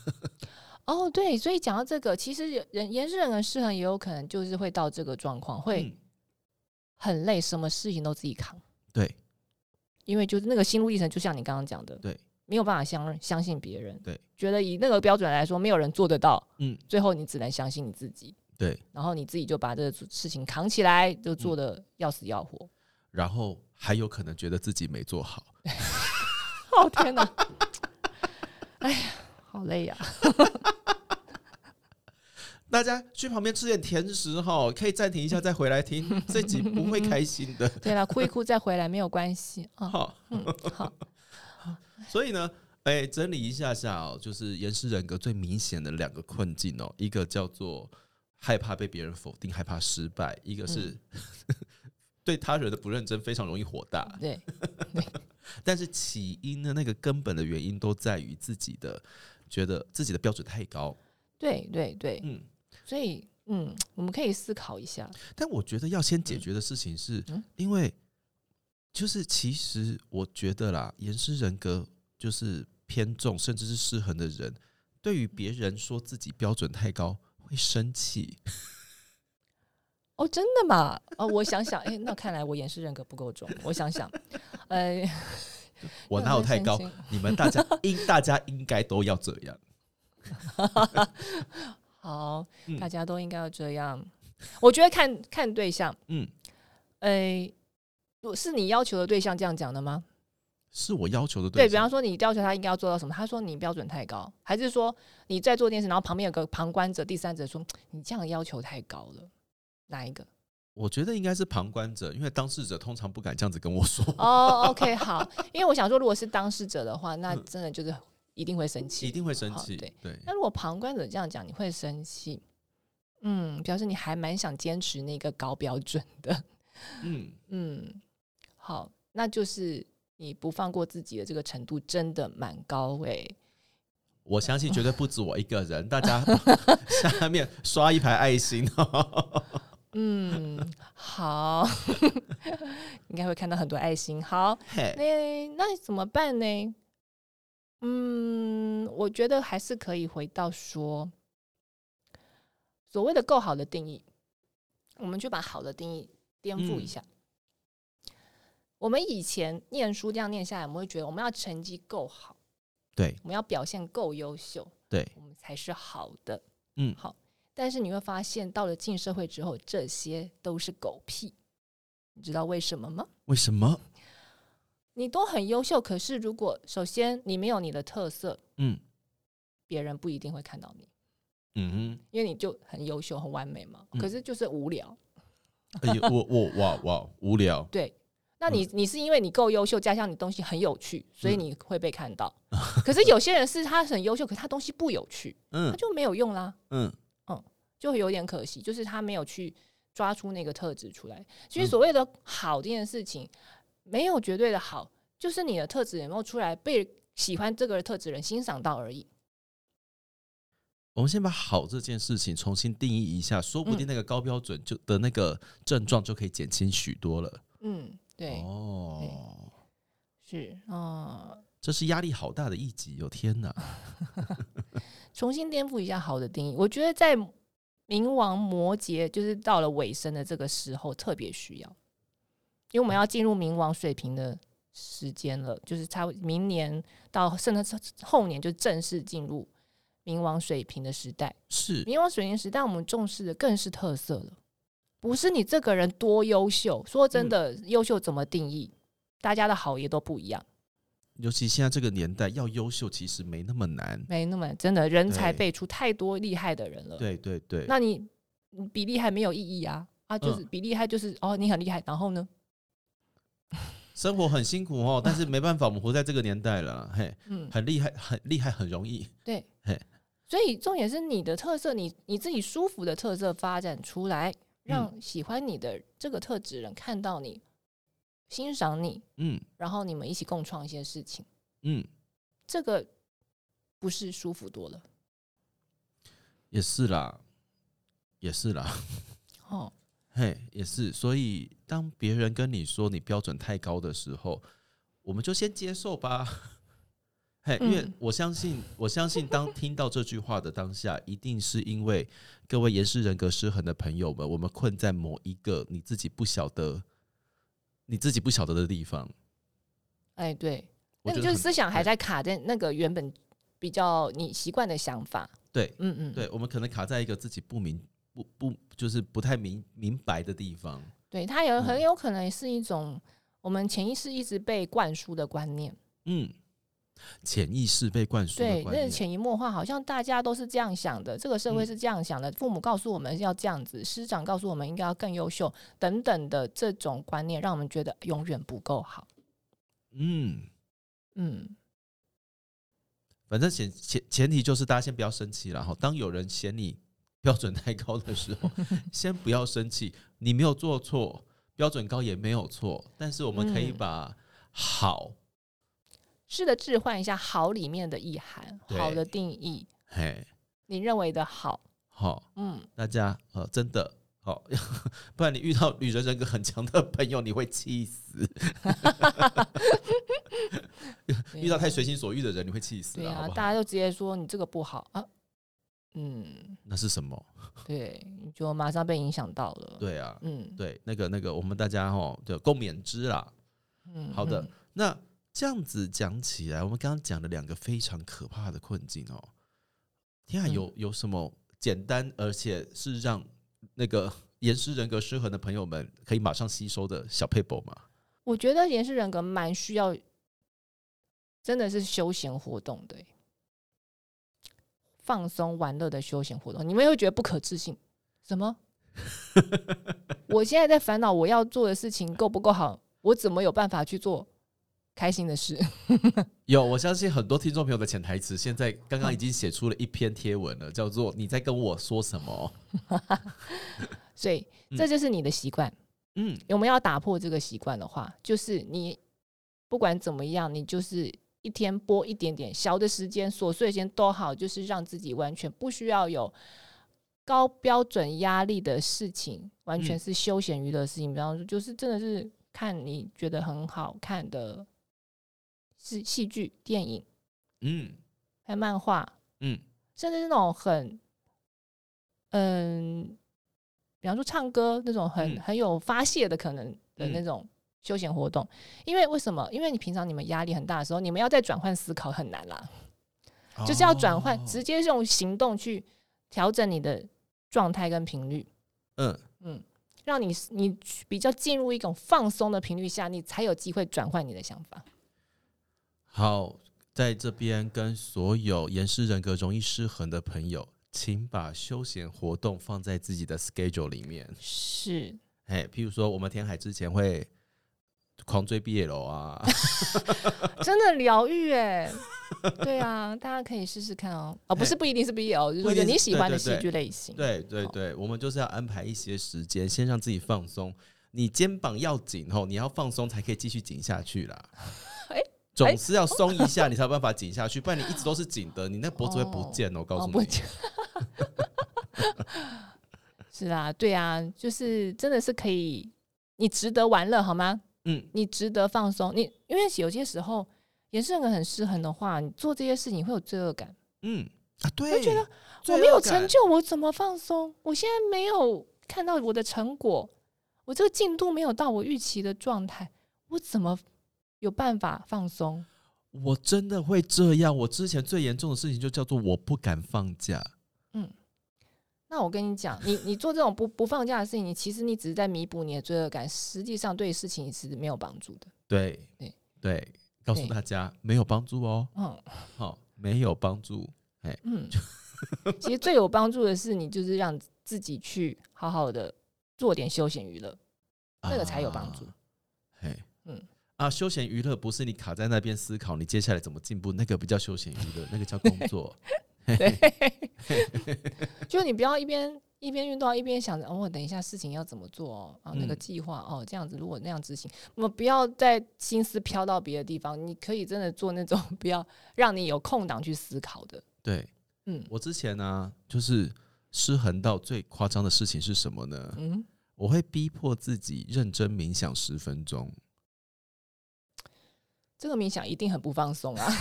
[SPEAKER 2] 哦，对，所以讲到这个，其实人人是人的失衡，也有可能就是会到这个状况，会
[SPEAKER 1] 嗯
[SPEAKER 2] 很累，什么事情都自己扛，
[SPEAKER 1] 对
[SPEAKER 2] 因为就是那个心路历程，就像你刚刚讲的，
[SPEAKER 1] 对，
[SPEAKER 2] 没有办法相相信别人，
[SPEAKER 1] 对，
[SPEAKER 2] 觉得以那个标准来说，没有人做得到，
[SPEAKER 1] 嗯，
[SPEAKER 2] 最后你只能相信你自己。
[SPEAKER 1] 对，
[SPEAKER 2] 然后你自己就把这个事情扛起来，就做的要死要活。
[SPEAKER 1] 然后还有可能觉得自己没做好。
[SPEAKER 2] 哦天哪！ 哎呀，好累啊呀、
[SPEAKER 1] 大家去旁边吃点甜食哈，可以暂停一下再回来听，这集不会开心的。
[SPEAKER 2] 对啦，哭一哭再回来没有关系 啊。
[SPEAKER 1] 好，
[SPEAKER 2] 嗯，好，
[SPEAKER 1] 所以呢，哎、整理一下下哦，就是严师人格最明显的两个困境哦，一个叫做害怕被别人否定，害怕失败；一个是、
[SPEAKER 2] 嗯
[SPEAKER 1] 对他人的不认真，非常容易火大。
[SPEAKER 2] 对，
[SPEAKER 1] 但是起因的那个根本的原因都在于自己的觉得自己的标准太高。
[SPEAKER 2] 对对对，
[SPEAKER 1] 嗯，
[SPEAKER 2] 所以嗯，我们可以思考一下。
[SPEAKER 1] 但我觉得要先解决的事情是，
[SPEAKER 2] 嗯
[SPEAKER 1] 因为就是其实我觉得啦，严师人格就是偏重甚至是失衡的人，对于别人说自己标准太高会生 气。
[SPEAKER 2] 哦，真的吗？哦，我想想，哎，那看来我掩饰人格不够重。我想想，呃，
[SPEAKER 1] 我哪有太 高？你们大家应大家应该都要这样。
[SPEAKER 2] 好
[SPEAKER 1] 嗯，
[SPEAKER 2] 大家都应该要这样。我觉得看看对象，
[SPEAKER 1] 嗯，
[SPEAKER 2] 哎，是你要求的对象这样讲的吗？
[SPEAKER 1] 是我要求的
[SPEAKER 2] 对
[SPEAKER 1] 对
[SPEAKER 2] 比方
[SPEAKER 1] 象。
[SPEAKER 2] 说，你要求他应该要做到什么？他说你标准太高，还是说你在做电视，然后旁边有个旁观者、第三者说你这样要求太高了？哪一个？
[SPEAKER 1] 我觉得应该是旁观者，因为当事者通常不敢这样子跟我说。
[SPEAKER 2] 哦、o k 好，因为我想说，如果是当事者的话，那
[SPEAKER 1] 嗯
[SPEAKER 2] 真的就是一定会生气
[SPEAKER 1] 一。定会生气。
[SPEAKER 2] 好哦对
[SPEAKER 1] 对
[SPEAKER 2] 那如果旁观者这样讲，你会生气，嗯，表示你还蛮想坚持那个高标准的，
[SPEAKER 1] 嗯，
[SPEAKER 2] 嗯，好，那就是你不放过自己的这个程度真的蛮高欸诶、
[SPEAKER 1] 我相信绝对不止我一个人，大 家下面刷一排爱心哦。
[SPEAKER 2] 嗯，好， 应该会看到很多爱心。好，
[SPEAKER 1] 嘿，
[SPEAKER 2] 那那怎么办呢？嗯，我觉得还是可以回到说，所谓的够好的定义，我们去把好的定义颠覆一
[SPEAKER 1] 嗯
[SPEAKER 2] 下。我们以前念书这样念下来，我们会觉得我们要成绩够好，
[SPEAKER 1] 对
[SPEAKER 2] 我们要表现够优秀，
[SPEAKER 1] 对，
[SPEAKER 2] 我们才是好的。
[SPEAKER 1] 嗯
[SPEAKER 2] 好。但是你会发现，到了进社会之后，这些都是狗屁。你知道为什么吗？
[SPEAKER 1] 为什么？
[SPEAKER 2] 你都很优秀，可是如果首先你没有你的特色，
[SPEAKER 1] 嗯
[SPEAKER 2] 别人不一定会看到你，
[SPEAKER 1] 嗯
[SPEAKER 2] 因为你就很优秀、很完美嘛。
[SPEAKER 1] 嗯
[SPEAKER 2] 可是就是无聊。
[SPEAKER 1] 哼， 哎呦，我我哇哇无聊，
[SPEAKER 2] 对，
[SPEAKER 1] 嗯
[SPEAKER 2] 那你、你是因为你够优秀，加上你东西很有趣，所以你会被 看到。可是有些人是他很优秀，可是他东西不有趣，他
[SPEAKER 1] 嗯
[SPEAKER 2] 就没有用啦。
[SPEAKER 1] 嗯
[SPEAKER 2] 就有点可惜，就是他没有去抓出那个特质出来。其实所谓的好这件事情，没有绝对的好，就是你的特质有没有出来被喜欢这个特质人欣赏到而已。
[SPEAKER 1] 我们先把好这件事情重新定义一下，说不定那个高标准就的那个症状就可以减轻许多了。
[SPEAKER 2] 嗯，对，
[SPEAKER 1] 哦，
[SPEAKER 2] 是，嗯，
[SPEAKER 1] 这是压力好大的一集，有天哪！
[SPEAKER 2] 重新颠覆一下好的定义，我觉得在冥王摩羯就是到了尾声的这个时候特别需要，因为我们要进入冥王水平的时间了，就是差不多明年到甚至后年就正式进入冥王水平的时代。
[SPEAKER 1] 是
[SPEAKER 2] 冥王水平时代，我们重视的更是特色了，不是你这个人多优秀。说真的，优秀怎么定义？大家的好也都不一样，
[SPEAKER 1] 尤其现在这个年代，要优秀其实没那么难。
[SPEAKER 2] 没那么真的人才
[SPEAKER 1] 对
[SPEAKER 2] 辈出太多厉害的人了。
[SPEAKER 1] 对对对，嗯
[SPEAKER 2] 那你你比厉害没有意义啊啊，就是比厉害就是、哦，你很厉害，然后呢？
[SPEAKER 1] 生活很辛苦哦，但是没办法，我们活在这个年代了，嘿，
[SPEAKER 2] 嗯，
[SPEAKER 1] 很厉害，很厉害，很容易。
[SPEAKER 2] 对
[SPEAKER 1] 嘿，
[SPEAKER 2] 所以重点是你的特色，你你自己舒服的特色发展出来，
[SPEAKER 1] 嗯
[SPEAKER 2] 让喜欢你的这个特质人看到你，欣赏你，
[SPEAKER 1] 嗯
[SPEAKER 2] 然后你们一起共创一些事情。
[SPEAKER 1] 嗯，
[SPEAKER 2] 这个不是舒服多了
[SPEAKER 1] 也是啦，也是啦。
[SPEAKER 2] 哦。
[SPEAKER 1] 嘿，也是，所以当别人跟你说你标准太高的时候，我们就先接受吧。 嘿，因为
[SPEAKER 2] 嗯
[SPEAKER 1] 我相信，我相信当听到这句话的当下， 一定是因为各位严氏人格失衡的朋友们，我们困在某一个你自己不晓得、你自己不晓得的地方。
[SPEAKER 2] 哎，对，
[SPEAKER 1] 我
[SPEAKER 2] 那
[SPEAKER 1] 觉得
[SPEAKER 2] 个就是
[SPEAKER 1] 很
[SPEAKER 2] 思想还
[SPEAKER 1] 对
[SPEAKER 2] 在卡在那个原本比较你习惯的想法。
[SPEAKER 1] 对，
[SPEAKER 2] 嗯嗯，
[SPEAKER 1] 对，我们可能卡在一个自己不明、不不，就是不太明明白的地方。
[SPEAKER 2] 对，它有很
[SPEAKER 1] 嗯
[SPEAKER 2] 有可能是一种我们潜意识一直被灌输的观念。
[SPEAKER 1] 嗯，潜意识被灌输的
[SPEAKER 2] 对，
[SPEAKER 1] 观
[SPEAKER 2] 那
[SPEAKER 1] 念。
[SPEAKER 2] 潜移默化，好像大家都是这样想的，这个社会
[SPEAKER 1] 嗯
[SPEAKER 2] 是这样想的，父母告诉我们要这样子，师长告诉我们应该要更优秀，等等的这种观念，让我们觉得永远不够好。
[SPEAKER 1] 嗯，
[SPEAKER 2] 嗯，
[SPEAKER 1] 反正前前前提就是大家先不要生气啦，然后当有人嫌你标准太高的时 候，先不要生气，你没有做错，标准高也没有错，但是我们可以
[SPEAKER 2] 嗯
[SPEAKER 1] 把好、
[SPEAKER 2] 试着置换一下好里面的意涵，好
[SPEAKER 1] 对
[SPEAKER 2] 的定义，
[SPEAKER 1] 嘿
[SPEAKER 2] 你认为的好，
[SPEAKER 1] 好、
[SPEAKER 2] 嗯，
[SPEAKER 1] 大家呃真的好、 不然你遇到女人人格很强的朋友，你会气死；
[SPEAKER 2] 对啊
[SPEAKER 1] 遇到太随心所欲的人，你会气死
[SPEAKER 2] 对
[SPEAKER 1] 啊，
[SPEAKER 2] 啊，
[SPEAKER 1] 好不
[SPEAKER 2] 大
[SPEAKER 1] 好？
[SPEAKER 2] 家就直接说你这个不好啊，嗯，
[SPEAKER 1] 那是什么？
[SPEAKER 2] 对，你就马上被影响到了。，
[SPEAKER 1] 对啊，
[SPEAKER 2] 嗯，
[SPEAKER 1] 对，那个那个，我们大家哦，就共勉之啦。
[SPEAKER 2] 嗯，
[SPEAKER 1] 好的
[SPEAKER 2] 嗯，
[SPEAKER 1] 那这样子讲起来，我们刚刚讲了两个非常可怕的困境哦。天啊，
[SPEAKER 2] 嗯
[SPEAKER 1] 有有什么简单而且是让那个 严师人格失衡的朋友们可以马上吸收的小 paper 吗？
[SPEAKER 2] 我觉得严氏人格蛮需要，真的是休闲活动的欸，放松玩乐的休闲活动，你们会觉得不可置信，什么？ 我现在在烦恼我要做的事情够不够好，我怎么有办法去做开心的事。
[SPEAKER 1] 有，我相信很多听众朋友的潜台词，现在刚刚已经写出了一篇贴文了，叫做“你在跟我说什么
[SPEAKER 2] 所以这就是你的习惯。”。
[SPEAKER 1] 嗯，
[SPEAKER 2] 我们要打破这个习惯的话，就是你不管怎么样，你就是一天播一点点小的时间、琐碎时间都好，就是让自己完全不需要有高标准压力的事情，完全
[SPEAKER 1] 嗯
[SPEAKER 2] 是休闲娱乐的事情。比方说，就是真的是看你觉得很好看的是戏剧、电影，
[SPEAKER 1] 嗯
[SPEAKER 2] 还有漫画，
[SPEAKER 1] 嗯
[SPEAKER 2] 甚至是那种很，嗯，比方说唱歌那种很、
[SPEAKER 1] 嗯
[SPEAKER 2] 很有发泄的可能的
[SPEAKER 1] 嗯
[SPEAKER 2] 那种休闲活动。因为为什么？因为你平常你们压力很大的时候，你们要再转换思考很难啦，
[SPEAKER 1] 嗯，
[SPEAKER 2] 就是要转换，
[SPEAKER 1] 哦
[SPEAKER 2] 直接用行动去调整你的状态跟频率，
[SPEAKER 1] 嗯
[SPEAKER 2] 让你你比较进入一种放松的频率下，你才有机会转换你的想法。
[SPEAKER 1] 好，在这边跟所有严师人格容易失衡的朋友，请把休闲活动放在自己的 schedule 里面。
[SPEAKER 2] 是，
[SPEAKER 1] 哎，譬如说我们填海之前会狂追 BL 啊，
[SPEAKER 2] 真的疗愈哎。对啊，大家可以试试看哦。哦，不是不一定是 BL，就是
[SPEAKER 1] 不一
[SPEAKER 2] 说
[SPEAKER 1] 定是
[SPEAKER 2] 你喜欢的
[SPEAKER 1] 对对
[SPEAKER 2] 戏
[SPEAKER 1] 对
[SPEAKER 2] 剧类型。
[SPEAKER 1] 对对
[SPEAKER 2] 好
[SPEAKER 1] 对，我们就是要安排一些时间，先让自己放松。你肩膀要紧吼，你要放松才可以继续紧下去啦。
[SPEAKER 2] 哎
[SPEAKER 1] 总是要松一下，你才有办法紧下去，不然你一直都是紧的，你那脖子会不见哦。我告
[SPEAKER 2] 哦
[SPEAKER 1] 诉
[SPEAKER 2] 不
[SPEAKER 1] 你，
[SPEAKER 2] 讲 是啦，对啊，就是真的是可以，你值得玩乐好吗？
[SPEAKER 1] 嗯，
[SPEAKER 2] 你值得放松。你因为有些时候也是很很失衡的话，你做这些事情会有罪恶感。
[SPEAKER 1] 嗯啊，对，
[SPEAKER 2] 觉得
[SPEAKER 1] 罪
[SPEAKER 2] 我没有
[SPEAKER 1] 恶感
[SPEAKER 2] 成就，我怎么放松？我现在没有看到我的成果，我这个进度没有到我预期的状态，我怎么有办法放松？
[SPEAKER 1] 我真的会这样。我之前最严重的事情就叫做我不敢放假。
[SPEAKER 2] 那我跟你讲，你 你做这种不不放假的事情，你其实你只是在弥补你的罪恶感，实际上对事情是没有帮助的。
[SPEAKER 1] 对
[SPEAKER 2] 对
[SPEAKER 1] 对，告诉
[SPEAKER 2] 对
[SPEAKER 1] 大家没有帮助哦，
[SPEAKER 2] 嗯
[SPEAKER 1] 好、没有帮助。
[SPEAKER 2] 嗯，其实最有帮助的是，你就是让自己去好好的做点休闲娱乐。那个才有帮助
[SPEAKER 1] 啊。嘿，嗯
[SPEAKER 2] 嗯
[SPEAKER 1] 啊，休闲娱乐不是你卡在那边思考你接下来怎么进步，那个不叫休闲娱乐，那个叫工 作。
[SPEAKER 2] 对，就你不要一边一边运动一边想着哦，我等一下事情要怎么做哦，啊，那个
[SPEAKER 1] 嗯
[SPEAKER 2] 计划哦，这样子如果那样执行，我们不要再心思飘到别的地方，你可以真的做那种 不要让你有空档去思考的。
[SPEAKER 1] 对
[SPEAKER 2] 嗯
[SPEAKER 1] 我之前呢、就是失衡到最夸张的事情是什么呢？
[SPEAKER 2] 嗯，
[SPEAKER 1] 我会逼迫自己认真冥想十分钟。
[SPEAKER 2] 这个冥想一定很不放松啊。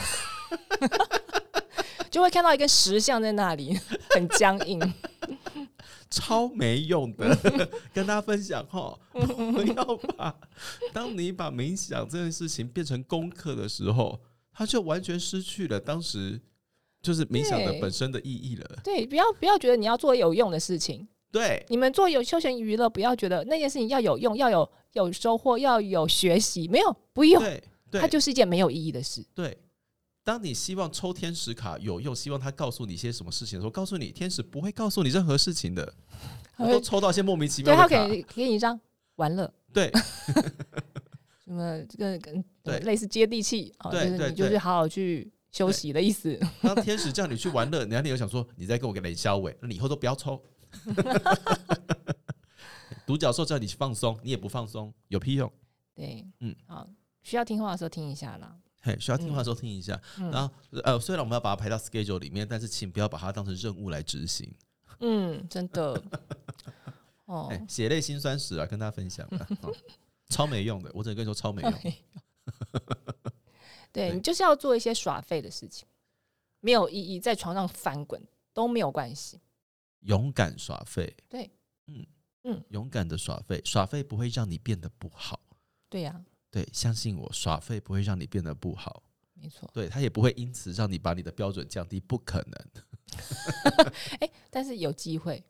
[SPEAKER 2] 就会看到一个石像在那里，很僵 硬。
[SPEAKER 1] 超没用的， 跟大家分享哈，
[SPEAKER 2] 嗯
[SPEAKER 1] 不要把当你把冥想这件事情变成功课的时候，它就完全失去了当时就是冥想的
[SPEAKER 2] 对
[SPEAKER 1] 本身的意义了。
[SPEAKER 2] 对，不要不要觉得你要做有用的事情，
[SPEAKER 1] 对，
[SPEAKER 2] 你们做有休闲娱乐，不要觉得那件事情要有用，要有有收获，要有学习，没有不用，
[SPEAKER 1] 对，
[SPEAKER 2] 它
[SPEAKER 1] 对，
[SPEAKER 2] 就是一件没有意义的事。
[SPEAKER 1] 对。当你希望抽天使卡有用，希望他告诉你一些什么事情的时候，告诉你天使不会告诉你任何事情的，我都
[SPEAKER 2] 对，
[SPEAKER 1] 抽到一些莫名其妙
[SPEAKER 2] 它
[SPEAKER 1] 的
[SPEAKER 2] 给
[SPEAKER 1] 卡。
[SPEAKER 2] 你给你一张玩乐，
[SPEAKER 1] 对，
[SPEAKER 2] 什么这个跟
[SPEAKER 1] 对
[SPEAKER 2] 类似接地气啊，就
[SPEAKER 1] 对
[SPEAKER 2] 是
[SPEAKER 1] 对
[SPEAKER 2] 你就
[SPEAKER 1] 对
[SPEAKER 2] 是好好去休息的意思。
[SPEAKER 1] 当天使叫你去玩乐，然后你又想说你在跟我个冷笑尾，那你以后都不要抽。 独角兽叫你去放松，你也不放松，有屁用？
[SPEAKER 2] 对，
[SPEAKER 1] 嗯
[SPEAKER 2] 嗯，好，需要听话的时候听一下 啦。
[SPEAKER 1] 嘿，需要听话的时候听一下。
[SPEAKER 2] 嗯
[SPEAKER 1] 然后呃，虽然我们要把它排到 schedule 里面，但是请不要把它当成任务来执行。
[SPEAKER 2] 嗯，真 的。哦
[SPEAKER 1] 哎、，血泪辛酸史啊，跟大家分享 啊、哦超没用的。我只能跟你说超没用。
[SPEAKER 2] 对
[SPEAKER 1] 哎对
[SPEAKER 2] 你就是要做一些耍废的事情，没有意义，在床上翻滚都没有关系。
[SPEAKER 1] 勇敢耍废，
[SPEAKER 2] 对，
[SPEAKER 1] 嗯嗯
[SPEAKER 2] 嗯，
[SPEAKER 1] 勇敢的耍废，耍废不会让你变得不好。
[SPEAKER 2] 对呀、
[SPEAKER 1] 对，相信我，耍废不会让你变得不好。
[SPEAKER 2] 没错。
[SPEAKER 1] 对他也不会因此让你把你的标准降低，不可能。
[SPEAKER 2] 哎、但是有机会，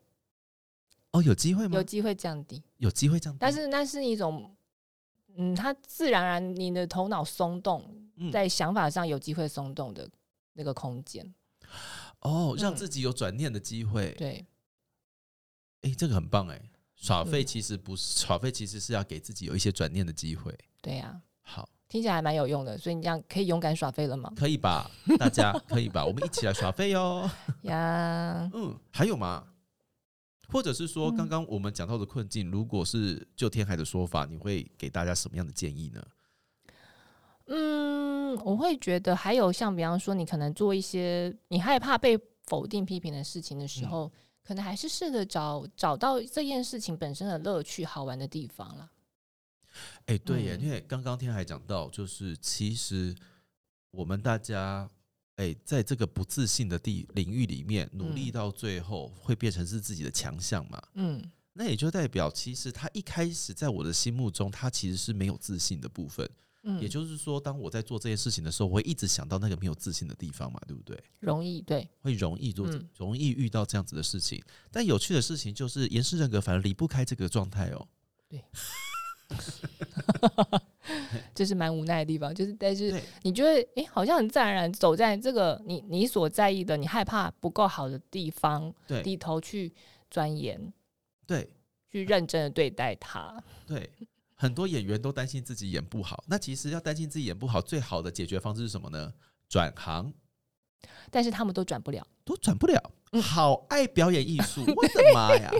[SPEAKER 1] 哦，有机会吗
[SPEAKER 2] 有？机会降低，
[SPEAKER 1] 有机会这样，
[SPEAKER 2] 但是那是一种，嗯，它自然而然你的头脑松动，
[SPEAKER 1] 嗯
[SPEAKER 2] 在想法上有机会松动的那个空间。
[SPEAKER 1] 哦，让
[SPEAKER 2] 嗯
[SPEAKER 1] 自己有转念的机会。
[SPEAKER 2] 对，
[SPEAKER 1] 哎、这个很棒哎。耍废其实不是耍废，其实是要给自己有一些转念的机会。
[SPEAKER 2] 对呀、
[SPEAKER 1] 好，
[SPEAKER 2] 听起来还蛮有用的，所以你这样可以勇敢耍飞 了吗？
[SPEAKER 1] 可以吧？大家可以吧？我们一起来耍废哦。
[SPEAKER 2] 呀，
[SPEAKER 1] 嗯，还有吗？或者是
[SPEAKER 2] 嗯
[SPEAKER 1] 说，刚刚我们讲到的困境，如果是就天海的说法，你会给大家什么样的建议呢？
[SPEAKER 2] 嗯，我会觉得还有像比方说，你可能做一些你害怕被否定、批评的事情的
[SPEAKER 1] 嗯
[SPEAKER 2] 时候，可能还是试着找找到这件事情本身的乐趣、好玩的地方啦。
[SPEAKER 1] 哎、对耶，
[SPEAKER 2] 嗯
[SPEAKER 1] 因为刚刚天海讲到，就是其实我们大家，哎、在这个不自信的地领域里面，努力
[SPEAKER 2] 嗯
[SPEAKER 1] 到最后会变成是自己的强项嘛。
[SPEAKER 2] 嗯
[SPEAKER 1] 那也就代表，其实他一开始在我的心目中，他其实是没有自信的部分。
[SPEAKER 2] 嗯，
[SPEAKER 1] 也就是说，当我在做这些事情的时候，我会一直想到那个没有自信的地方嘛，对不对？
[SPEAKER 2] 容易对，
[SPEAKER 1] 会容易做、
[SPEAKER 2] 嗯
[SPEAKER 1] 容易遇到这样子的事情。但有趣的事情就是，严氏人格反而离不开这个状态哦。
[SPEAKER 2] 这是蛮无奈的地方，就是但是
[SPEAKER 1] 对
[SPEAKER 2] 你觉得诶，好像很自然而然走在这个你你所在意的、你害怕不够好的地方，
[SPEAKER 1] 对
[SPEAKER 2] 低头去钻研，
[SPEAKER 1] 对
[SPEAKER 2] 去认真的对待它。
[SPEAKER 1] 对，很多演员都担心自己演不好。那其实要担心自己演不好，最好的解决方式是什么呢？转行
[SPEAKER 2] 但是他们都转不了，
[SPEAKER 1] 都转不了，
[SPEAKER 2] 嗯
[SPEAKER 1] 好爱表演艺术，我的妈 呀，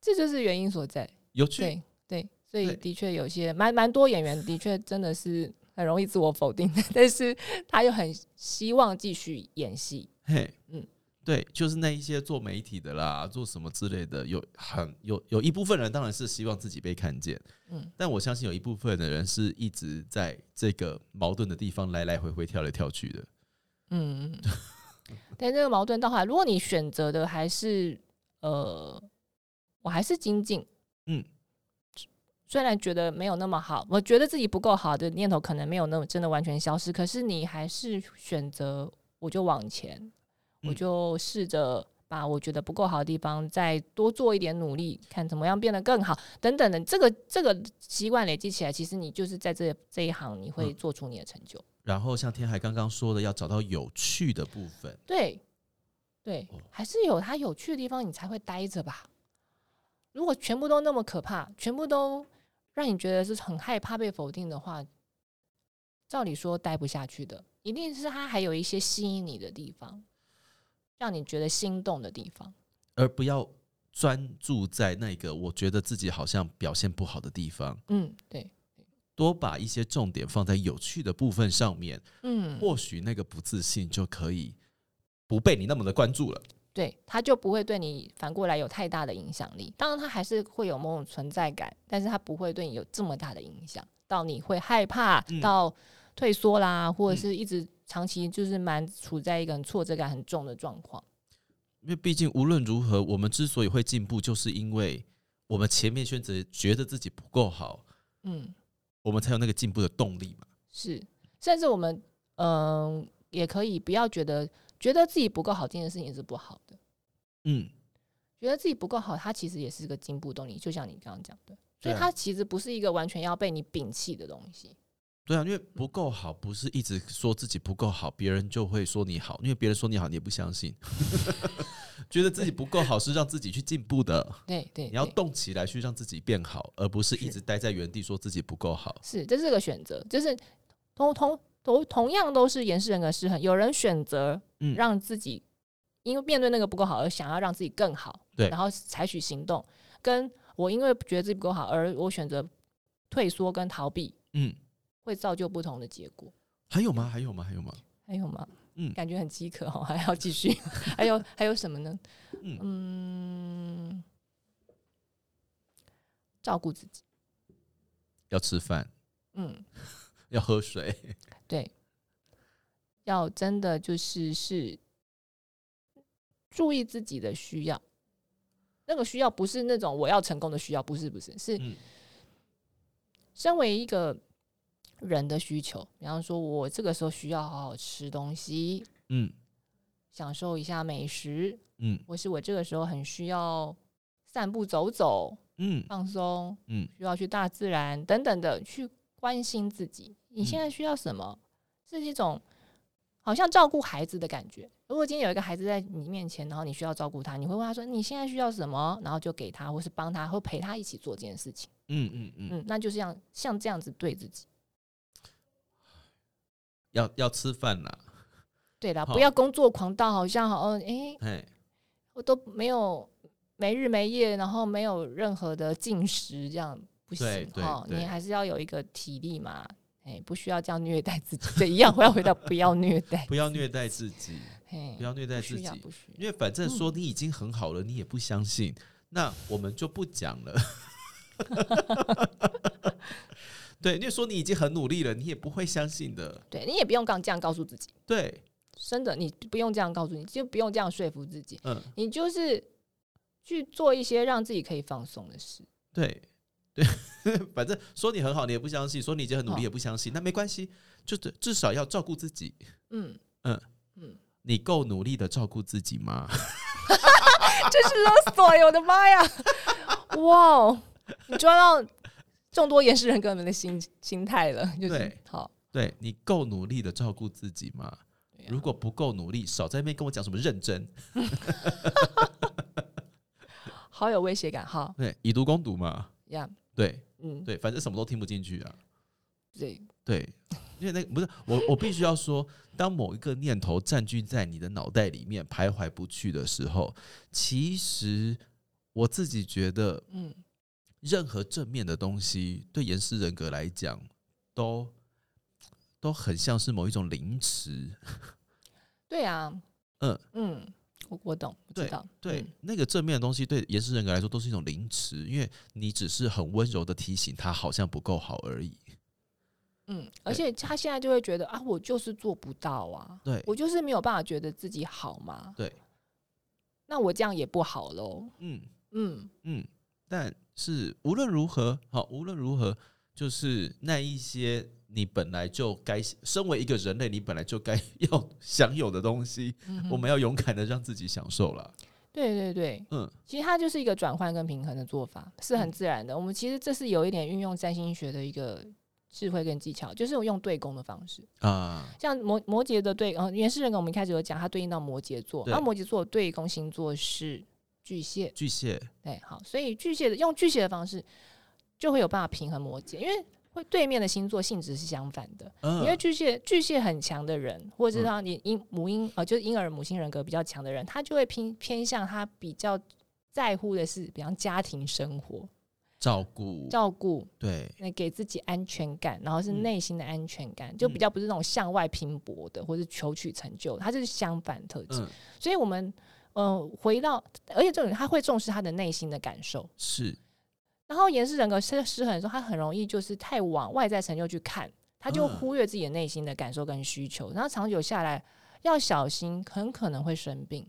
[SPEAKER 2] 这就是原因所在。
[SPEAKER 1] 有趣。
[SPEAKER 2] 对对，所以
[SPEAKER 1] 对
[SPEAKER 2] 的确有些蛮蛮多演员的确真的是很容易自我否定， 但是他又很希望继续演戏。
[SPEAKER 1] 嘿，嗯
[SPEAKER 2] 嗯。
[SPEAKER 1] 对，就是那一些做媒体的啦，做什么之类的，有很有有一部分人当然是希望自己被看见，
[SPEAKER 2] 嗯，
[SPEAKER 1] 但我相信有一部分的人是一直在这个矛盾的地方来来回回跳来跳去的。
[SPEAKER 2] 嗯，但这个矛盾到后来，如果你选择的还是呃，我还是精进，
[SPEAKER 1] 嗯，
[SPEAKER 2] 虽然觉得没有那么好，我觉得自己不够好的念头可能没有那么真的完全消失，可是你还是选择我就往前，我
[SPEAKER 1] 嗯
[SPEAKER 2] 就试着。把我觉得不够好的地方再多做一点努力，看怎么样变得更好，等等的，这个这个习惯累积起来，其实你就是在这这一行，你会
[SPEAKER 1] 嗯
[SPEAKER 2] 做出你的成就。
[SPEAKER 1] 然后像天海刚刚说的，要找到有趣的部分，
[SPEAKER 2] 对，对
[SPEAKER 1] 哦，
[SPEAKER 2] 还是有它有趣的地方，你才会待着吧。如果全部都那么可怕，全部都让你觉得是很害怕被否定的话，照理说待不下去的，一定是它还有一些吸引你的地方，让你觉得心动的地方。
[SPEAKER 1] 而不要专注在那个我觉得自己好像表现不好的地方，
[SPEAKER 2] 嗯，对，
[SPEAKER 1] 多把一些重点放在有趣的部分上面，
[SPEAKER 2] 嗯，
[SPEAKER 1] 或许那个不自信就可以不被你那么的关注了。
[SPEAKER 2] 对，它就不会对你反过来有太大的影响力。当然，它还是会有某种存在感，但是它不会对你有这么大的影响，到你会害怕
[SPEAKER 1] 嗯，
[SPEAKER 2] 到退缩啦，或
[SPEAKER 1] 嗯
[SPEAKER 2] 者是一直长期就是蛮处在一个很挫折感很重的状况。
[SPEAKER 1] 因为毕竟无论如何，我们之所以会进步，就是因为我们前面选择觉得自己不够好，
[SPEAKER 2] 嗯，
[SPEAKER 1] 我们才有那个进步的动力嘛。
[SPEAKER 2] 是，甚至我们嗯、也可以不要觉得觉得自己不够好这件事情是不好的，
[SPEAKER 1] 嗯，
[SPEAKER 2] 觉得自己不够好，它其实也是个进步动力，就像你刚刚讲的，
[SPEAKER 1] 对
[SPEAKER 2] 所以
[SPEAKER 1] 啊
[SPEAKER 2] 它其实不是一个完全要被你摒弃的东西。
[SPEAKER 1] 对啊，因为不够好，不是一直说自己不够好，别人就会说你好，因为别人说你好，你也不相信， 觉得自己不够好是让自己去进步的，
[SPEAKER 2] 对对，
[SPEAKER 1] 你要
[SPEAKER 2] 对
[SPEAKER 1] 动起来去让自己变好，而不是一直待在原地说自己不够好。
[SPEAKER 2] 是，这是个选择，就是同同同同样都是严氏人格失衡，有人选择
[SPEAKER 1] 嗯
[SPEAKER 2] 让自己、因为面对那个不够好而想要让自己更好，
[SPEAKER 1] 对
[SPEAKER 2] 然后采取行动，跟我因为觉得自己不够好而我选择退缩跟逃避，
[SPEAKER 1] 嗯，
[SPEAKER 2] 会造就不同的结果。
[SPEAKER 1] 还有吗？还有吗？还有吗？
[SPEAKER 2] 还有吗？
[SPEAKER 1] 嗯
[SPEAKER 2] 感觉很饥渴哦，还要 继续。还有还有什么呢？
[SPEAKER 1] 嗯
[SPEAKER 2] 嗯，照顾自己。
[SPEAKER 1] 要吃饭，
[SPEAKER 2] 嗯，
[SPEAKER 1] 要喝水，
[SPEAKER 2] 对，要真的就是是注意自己的需要，那个需要不是那种我要成功的需要，不是不是，是
[SPEAKER 1] 嗯
[SPEAKER 2] 身为一个人的需求。比方说，我这个时候需要好好吃东西，
[SPEAKER 1] 嗯
[SPEAKER 2] 享受一下美食，
[SPEAKER 1] 嗯
[SPEAKER 2] 或是我这个时候很需要散步走走，
[SPEAKER 1] 嗯
[SPEAKER 2] 放松，
[SPEAKER 1] 嗯，
[SPEAKER 2] 需要去大自然等等的去关心自己。你现
[SPEAKER 1] 嗯
[SPEAKER 2] 在需要什么？是一种好像照顾孩子的感觉。如果今天有一个孩子在你面前，然后你需要照顾他，你会问他说：“你现在需要什么？”然后就给他，或是帮他，或陪他一起做这件事情。
[SPEAKER 1] 嗯嗯嗯，
[SPEAKER 2] 嗯，那就是像像这样子对自己，
[SPEAKER 1] 要要吃饭啦，
[SPEAKER 2] 对啦，
[SPEAKER 1] 好
[SPEAKER 2] 不要工作狂到好像好像诶，
[SPEAKER 1] 哎，
[SPEAKER 2] 我都没有没日没夜，然后没有任何的进食，这样不
[SPEAKER 1] 对
[SPEAKER 2] 行
[SPEAKER 1] 对
[SPEAKER 2] 哈。
[SPEAKER 1] 对
[SPEAKER 2] 你还是要有一个体力嘛，哎，不需要这样虐待自己。对，一样我要回到不要虐待，
[SPEAKER 1] 不要虐待自己，
[SPEAKER 2] 嘿
[SPEAKER 1] 不要虐待
[SPEAKER 2] 不
[SPEAKER 1] 自
[SPEAKER 2] 需要
[SPEAKER 1] 己，
[SPEAKER 2] 不需要。
[SPEAKER 1] 因为反正说你已经很好了，你也不相信，那我们就不讲了。 对，因为说你已经很努力了，你也不会相信的。
[SPEAKER 2] 对你也不用刚这样告诉自己，
[SPEAKER 1] 对，
[SPEAKER 2] 真的，你不用这样告诉你，就不用这样说服自己，
[SPEAKER 1] 嗯，
[SPEAKER 2] 你就是去做一些让自己可以放松的事。
[SPEAKER 1] 对，对，反正说你很好，你也不相信；说你已经很努力，也不相信。那没关系，就是至少要照顾自己。
[SPEAKER 2] 嗯，
[SPEAKER 1] 你够努力的照顾自己吗？
[SPEAKER 2] 这是勒索呀！我的妈呀！哇哦，你抓到众多严氏人格们的心心态了，就是
[SPEAKER 1] 对
[SPEAKER 2] 好。
[SPEAKER 1] 对你够努力的照顾自己吗？
[SPEAKER 2] 对啊
[SPEAKER 1] 如果不够努力，少在那边跟我讲什么认真。
[SPEAKER 2] 好有威胁感，好
[SPEAKER 1] 对，以毒攻毒嘛。
[SPEAKER 2] 呀
[SPEAKER 1] 对
[SPEAKER 2] 嗯，
[SPEAKER 1] 对，反正什么都听不进去啊。
[SPEAKER 2] 对，
[SPEAKER 1] 对，因为那个不是我，我必须要说，当某一个念头占据在你的脑袋里面徘徊不去的时候，其实我自己觉得，
[SPEAKER 2] 嗯，
[SPEAKER 1] 任何正面的东西对严师人格来讲，都都很像是某一种凌迟。
[SPEAKER 2] 对啊，
[SPEAKER 1] 嗯，
[SPEAKER 2] 嗯，我我懂，我知道，
[SPEAKER 1] 对，那个正面的东西对严师人格来说都是一种凌迟，因为你只是很温柔的提醒他好像不够好而已。
[SPEAKER 2] 嗯，嗯，而且他现在就会觉得啊，我就是做不到啊，
[SPEAKER 1] 对
[SPEAKER 2] 我就是没有办法觉得自己好嘛，
[SPEAKER 1] 对，
[SPEAKER 2] 那我这样也不好喽，
[SPEAKER 1] 嗯。
[SPEAKER 2] 嗯，
[SPEAKER 1] 嗯，但是无论如何，好，无论如何，就是那一些你本来就该身为一个人类，你本来就该要 享有的东西，
[SPEAKER 2] 嗯哼
[SPEAKER 1] 我们要勇敢的让自己享受了。
[SPEAKER 2] 对对对，
[SPEAKER 1] 嗯，
[SPEAKER 2] 其实它就是一个转换跟平衡的做法，是很自然的。我们其实这是有一点运用占星学的一个智慧跟技巧，就是用对宫的方式。
[SPEAKER 1] 啊，
[SPEAKER 2] 像摩摩羯的对，呃，原始人格我们一开始有讲，它对应到摩羯座，
[SPEAKER 1] 对
[SPEAKER 2] 那摩羯座的对宫星座是巨蟹，
[SPEAKER 1] 巨蟹，
[SPEAKER 2] 对，好，所以巨蟹的用巨蟹的方式就会有办法平衡摩羯，因为会对面的星座性质是相反的，
[SPEAKER 1] 嗯、
[SPEAKER 2] 因为巨蟹巨蟹很强的人，或
[SPEAKER 1] 嗯
[SPEAKER 2] 者是让你婴母婴呃就是婴儿母性人格比较强的人，他就会偏偏向他比较在乎的是，比方家庭生活、
[SPEAKER 1] 照顾，
[SPEAKER 2] 照顾，
[SPEAKER 1] 对，
[SPEAKER 2] 那给自己安全感，然后是
[SPEAKER 1] 嗯
[SPEAKER 2] 内心的安全感，就比较不是那种向外拼搏的，或是求取成就，他就是相反特质。
[SPEAKER 1] 嗯，
[SPEAKER 2] 所以我们呃回到，而且这种人他会重视他的内心的感受。
[SPEAKER 1] 是，
[SPEAKER 2] 然后严氏人格失失衡的时候，他很容易就是太往外在成就去看，他就
[SPEAKER 1] 嗯
[SPEAKER 2] 忽略自己的内心的感受跟需求，然后长久下来要小心，很可能会生病。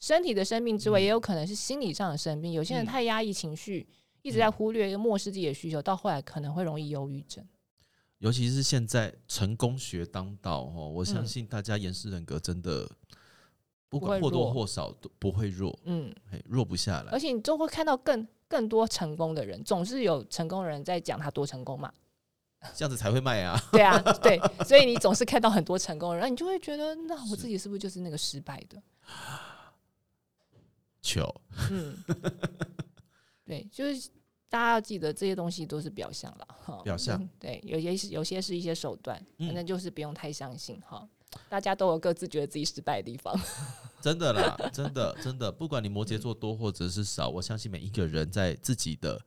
[SPEAKER 2] 身体的生病之外，
[SPEAKER 1] 嗯
[SPEAKER 2] 也有可能是心理上的生病。有些人
[SPEAKER 1] 嗯
[SPEAKER 2] 太压抑情绪，一直在忽略、漠视自己的需求，到后来可能会容易忧郁症。
[SPEAKER 1] 尤其是现在成功学当道哦，我相
[SPEAKER 2] 嗯
[SPEAKER 1] 信大家严氏人格真的。不
[SPEAKER 2] 不
[SPEAKER 1] 管
[SPEAKER 2] 会
[SPEAKER 1] 或多
[SPEAKER 2] 弱
[SPEAKER 1] 或少都不会弱，
[SPEAKER 2] 嗯，
[SPEAKER 1] 嘿弱不下来
[SPEAKER 2] 而。且你就会看到更更多成功的人，总是有成功的人在讲他多成 功嘛。
[SPEAKER 1] 这样子才会卖啊！
[SPEAKER 2] 对啊，对，所以你总是看到很多成功的人，然后你就会觉得，那我
[SPEAKER 1] 是
[SPEAKER 2] 自己是不是就是那个失败的？
[SPEAKER 1] 球，
[SPEAKER 2] 嗯，对，就是大家要记得这些东西都是表象了，哈，
[SPEAKER 1] 表象
[SPEAKER 2] 嗯对，有些是有些是一些手段，
[SPEAKER 1] 嗯
[SPEAKER 2] 反正就是不用太相信哈。大家都有各自觉得自己失败的地方，
[SPEAKER 1] 真的啦，真的真的，不管你摩羯座多或者是少，我相信每一个人在自己的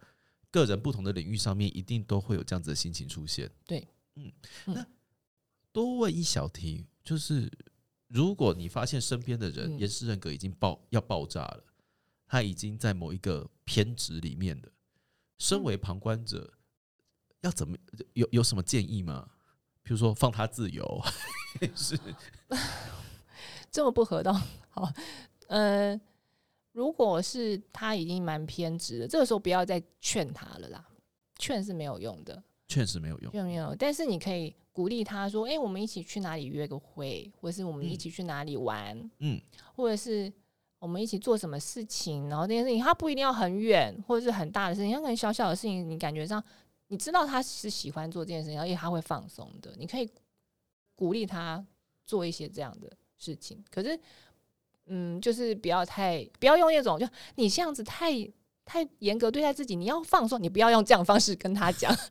[SPEAKER 1] 个人不同的领域上面，一定都会有这样子的心情出现。
[SPEAKER 2] 对，
[SPEAKER 1] 嗯，
[SPEAKER 2] 嗯
[SPEAKER 1] 那多问一小题，就是如果你发现身边的人
[SPEAKER 2] 嗯
[SPEAKER 1] 严氏人格已经爆要爆炸了，他已经在某一个偏执里面的，身为旁观者，要怎么有有什么建议吗？比如说放他自由， 是
[SPEAKER 2] 这么不合道。好，嗯，如果是他已经蛮偏执的，这个时候不要再劝他了啦，劝是没有用的。
[SPEAKER 1] 确实没有用。
[SPEAKER 2] 就没有，但是你可以鼓励他说：“哎、我们一起去哪里约个会，或是我们一
[SPEAKER 1] 嗯
[SPEAKER 2] 起去哪里玩，
[SPEAKER 1] 嗯，
[SPEAKER 2] 或者是我们一起做什么事情。”然后这件事情，它不一定要很远，或者是很大的事情，它可能小小的事情，你感觉上你知道他是喜欢做这件事情，而且他会放松的，你可以鼓励他做一些这样的事情。可是，嗯，就是不要太不要用那种就你这样子太太严格对待自己，你要放松，你不要用这样的方式跟他讲。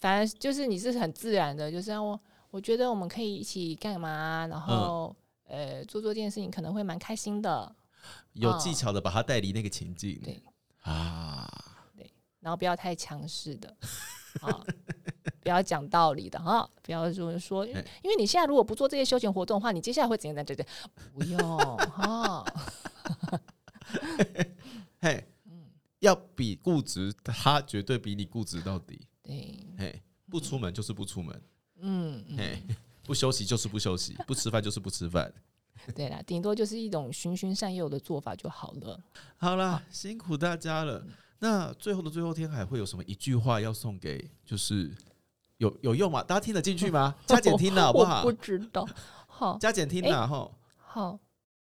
[SPEAKER 2] 反正就是你是很自然的，就是我我觉得我们可以一起干嘛，然后、呃做做这件事情可能会蛮开心的，
[SPEAKER 1] 有技巧的把他带离那个情境。
[SPEAKER 2] 嗯对
[SPEAKER 1] 啊，
[SPEAKER 2] 然后不要太强势的啊、不要讲道理的啊、不要说说，因为
[SPEAKER 1] 哎
[SPEAKER 2] 因为你现在如果不做这些休闲活动的话，你接下来会怎样怎样怎样？不用哈。
[SPEAKER 1] 嘿，要比固执，他绝对比你固执到底。
[SPEAKER 2] 对，
[SPEAKER 1] 嘿，不出门就是不出门，
[SPEAKER 2] 嗯，嗯
[SPEAKER 1] 嘿，不休息就是不休 息，不吃饭就是不吃饭。
[SPEAKER 2] 对啦，顶多就是一种循循善诱的做法就好嗯了。
[SPEAKER 1] 好啦，辛苦大家了。那最后的最后，天海会有什么一句话要送给？就是有有用吗？大家听得进去 吗？加减听了好不好
[SPEAKER 2] 哦我？不知道。好，
[SPEAKER 1] 加减听了哈。
[SPEAKER 2] 好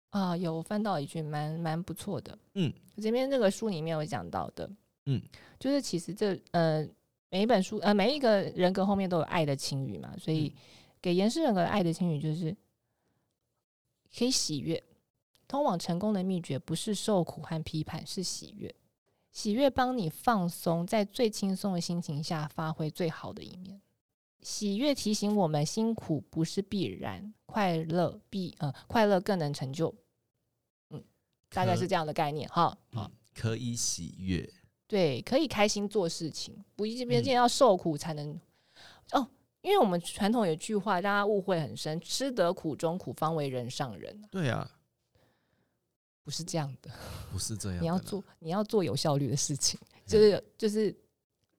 [SPEAKER 2] 啊，有我翻到一句蛮蛮不错的，
[SPEAKER 1] 嗯，
[SPEAKER 2] 这边这个书里面有讲到的，
[SPEAKER 1] 嗯，
[SPEAKER 2] 就是其实这呃每一本书呃每一个人格后面都有爱的情语嘛，所
[SPEAKER 1] 嗯
[SPEAKER 2] 以给严氏人格的爱的情语就是可以喜悦。通往成功的秘诀不是受苦和批判，是喜悦。喜悦帮你放松，在最轻松的心情下发挥最好的一面。喜悦提醒我们，辛苦不是必然，快乐必呃快乐更能成就。嗯，大概
[SPEAKER 1] 可
[SPEAKER 2] 是这样的概念哈。
[SPEAKER 1] 嗯，可以喜悦。
[SPEAKER 2] 对，可以开心做事情，不一定一
[SPEAKER 1] 嗯
[SPEAKER 2] 定要受苦才能、哦。因为我们传统有句话，大家误会很深，“吃得苦中苦，方为人上人
[SPEAKER 1] 对啊，”，
[SPEAKER 2] 不是这样的。
[SPEAKER 1] 不是这样的啦。
[SPEAKER 2] 你要做你要做有效率的事情，就是就是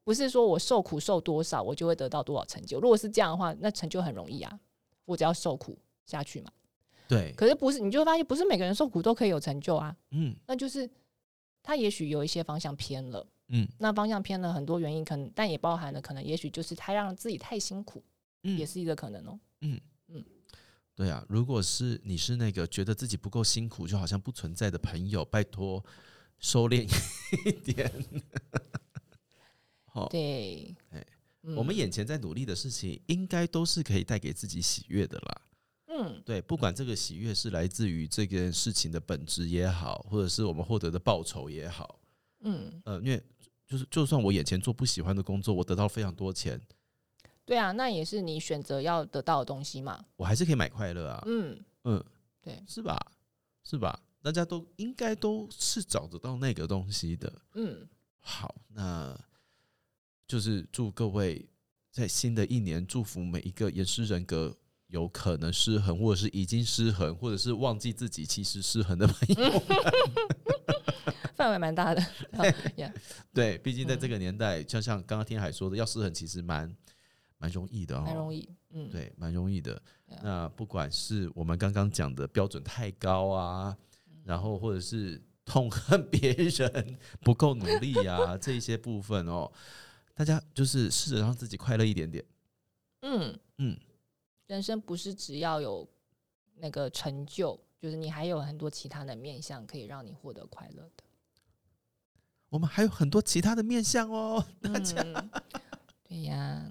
[SPEAKER 2] 不是说我受苦受多少，我就会得到多少成就。如果是这样的话，那成就很容易啊，我只要受苦下去嘛。
[SPEAKER 1] 对，
[SPEAKER 2] 可是不是，你就会发现不是每个人受苦都可以有成就啊，
[SPEAKER 1] 嗯
[SPEAKER 2] 那就是他也许有一些方向偏了。
[SPEAKER 1] 嗯
[SPEAKER 2] 那方向偏了很多原因，可能但也包含了可能，也许就是他让自己太辛苦，
[SPEAKER 1] 嗯，
[SPEAKER 2] 也是一个可能哦。
[SPEAKER 1] 对啊，如果是你是那个觉得自己不够辛苦，就好像不存在的朋友，拜托收敛一点。
[SPEAKER 2] 哦
[SPEAKER 1] 好、
[SPEAKER 2] 对
[SPEAKER 1] 哎，
[SPEAKER 2] 嗯
[SPEAKER 1] 我们眼前在努力的事情，应该都是可以带给自己喜悦的啦。
[SPEAKER 2] 嗯
[SPEAKER 1] 对，不管这个喜悦是来自于这件事情的本质也好，或者是我们获得的报酬也好，
[SPEAKER 2] 嗯，
[SPEAKER 1] 呃，因为就是就算我眼前做不喜欢的工作，我得到非常多钱，
[SPEAKER 2] 对啊，那也是你选择要得到的东西嘛。
[SPEAKER 1] 我还是可以买快乐啊。
[SPEAKER 2] 嗯，
[SPEAKER 1] 嗯，
[SPEAKER 2] 对
[SPEAKER 1] 是吧？是吧？大家都应该都是找得到那个东西的。
[SPEAKER 2] 嗯，
[SPEAKER 1] 好，那就是祝各位在新的一年，祝福每一个严师人格有可能失衡，或者是已经失衡，或者是忘记自己其实失衡的朋 友。
[SPEAKER 2] 范围蛮大的。
[SPEAKER 1] 对，毕竟在
[SPEAKER 2] 嗯
[SPEAKER 1] 这个年代，就像刚刚天海说的，要失衡其实蛮蛮容易的哦，
[SPEAKER 2] 蛮容易，嗯，
[SPEAKER 1] 对，蛮容易的。
[SPEAKER 2] 对啊
[SPEAKER 1] 那不管是我们刚刚讲的标准太高啊，
[SPEAKER 2] 嗯
[SPEAKER 1] 然后或者是痛恨别人不够努力啊，这一些部分哦，大家就是试着让自己快乐一点点。
[SPEAKER 2] 嗯
[SPEAKER 1] 嗯
[SPEAKER 2] 嗯，人生不是只要有那个成就，就是你还有很多其他的面向可以让你获得快乐 的。
[SPEAKER 1] 我们还有很多其他的面向哦。
[SPEAKER 2] 嗯，对 呀，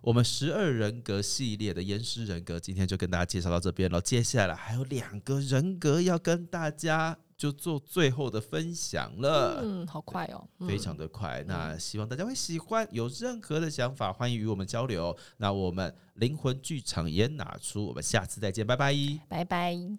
[SPEAKER 1] 我们十二人格系列的严师人格，今天就跟大家介绍到这边了。接下来还有两个人格要跟大家就做最后的分享了。
[SPEAKER 2] 嗯，好快哦，嗯
[SPEAKER 1] 非常的快。那希望大家会喜欢，有任何的想法，欢迎与我们交流。那我们灵魂剧场也拿出，我们下次再见，拜拜。
[SPEAKER 2] 拜拜。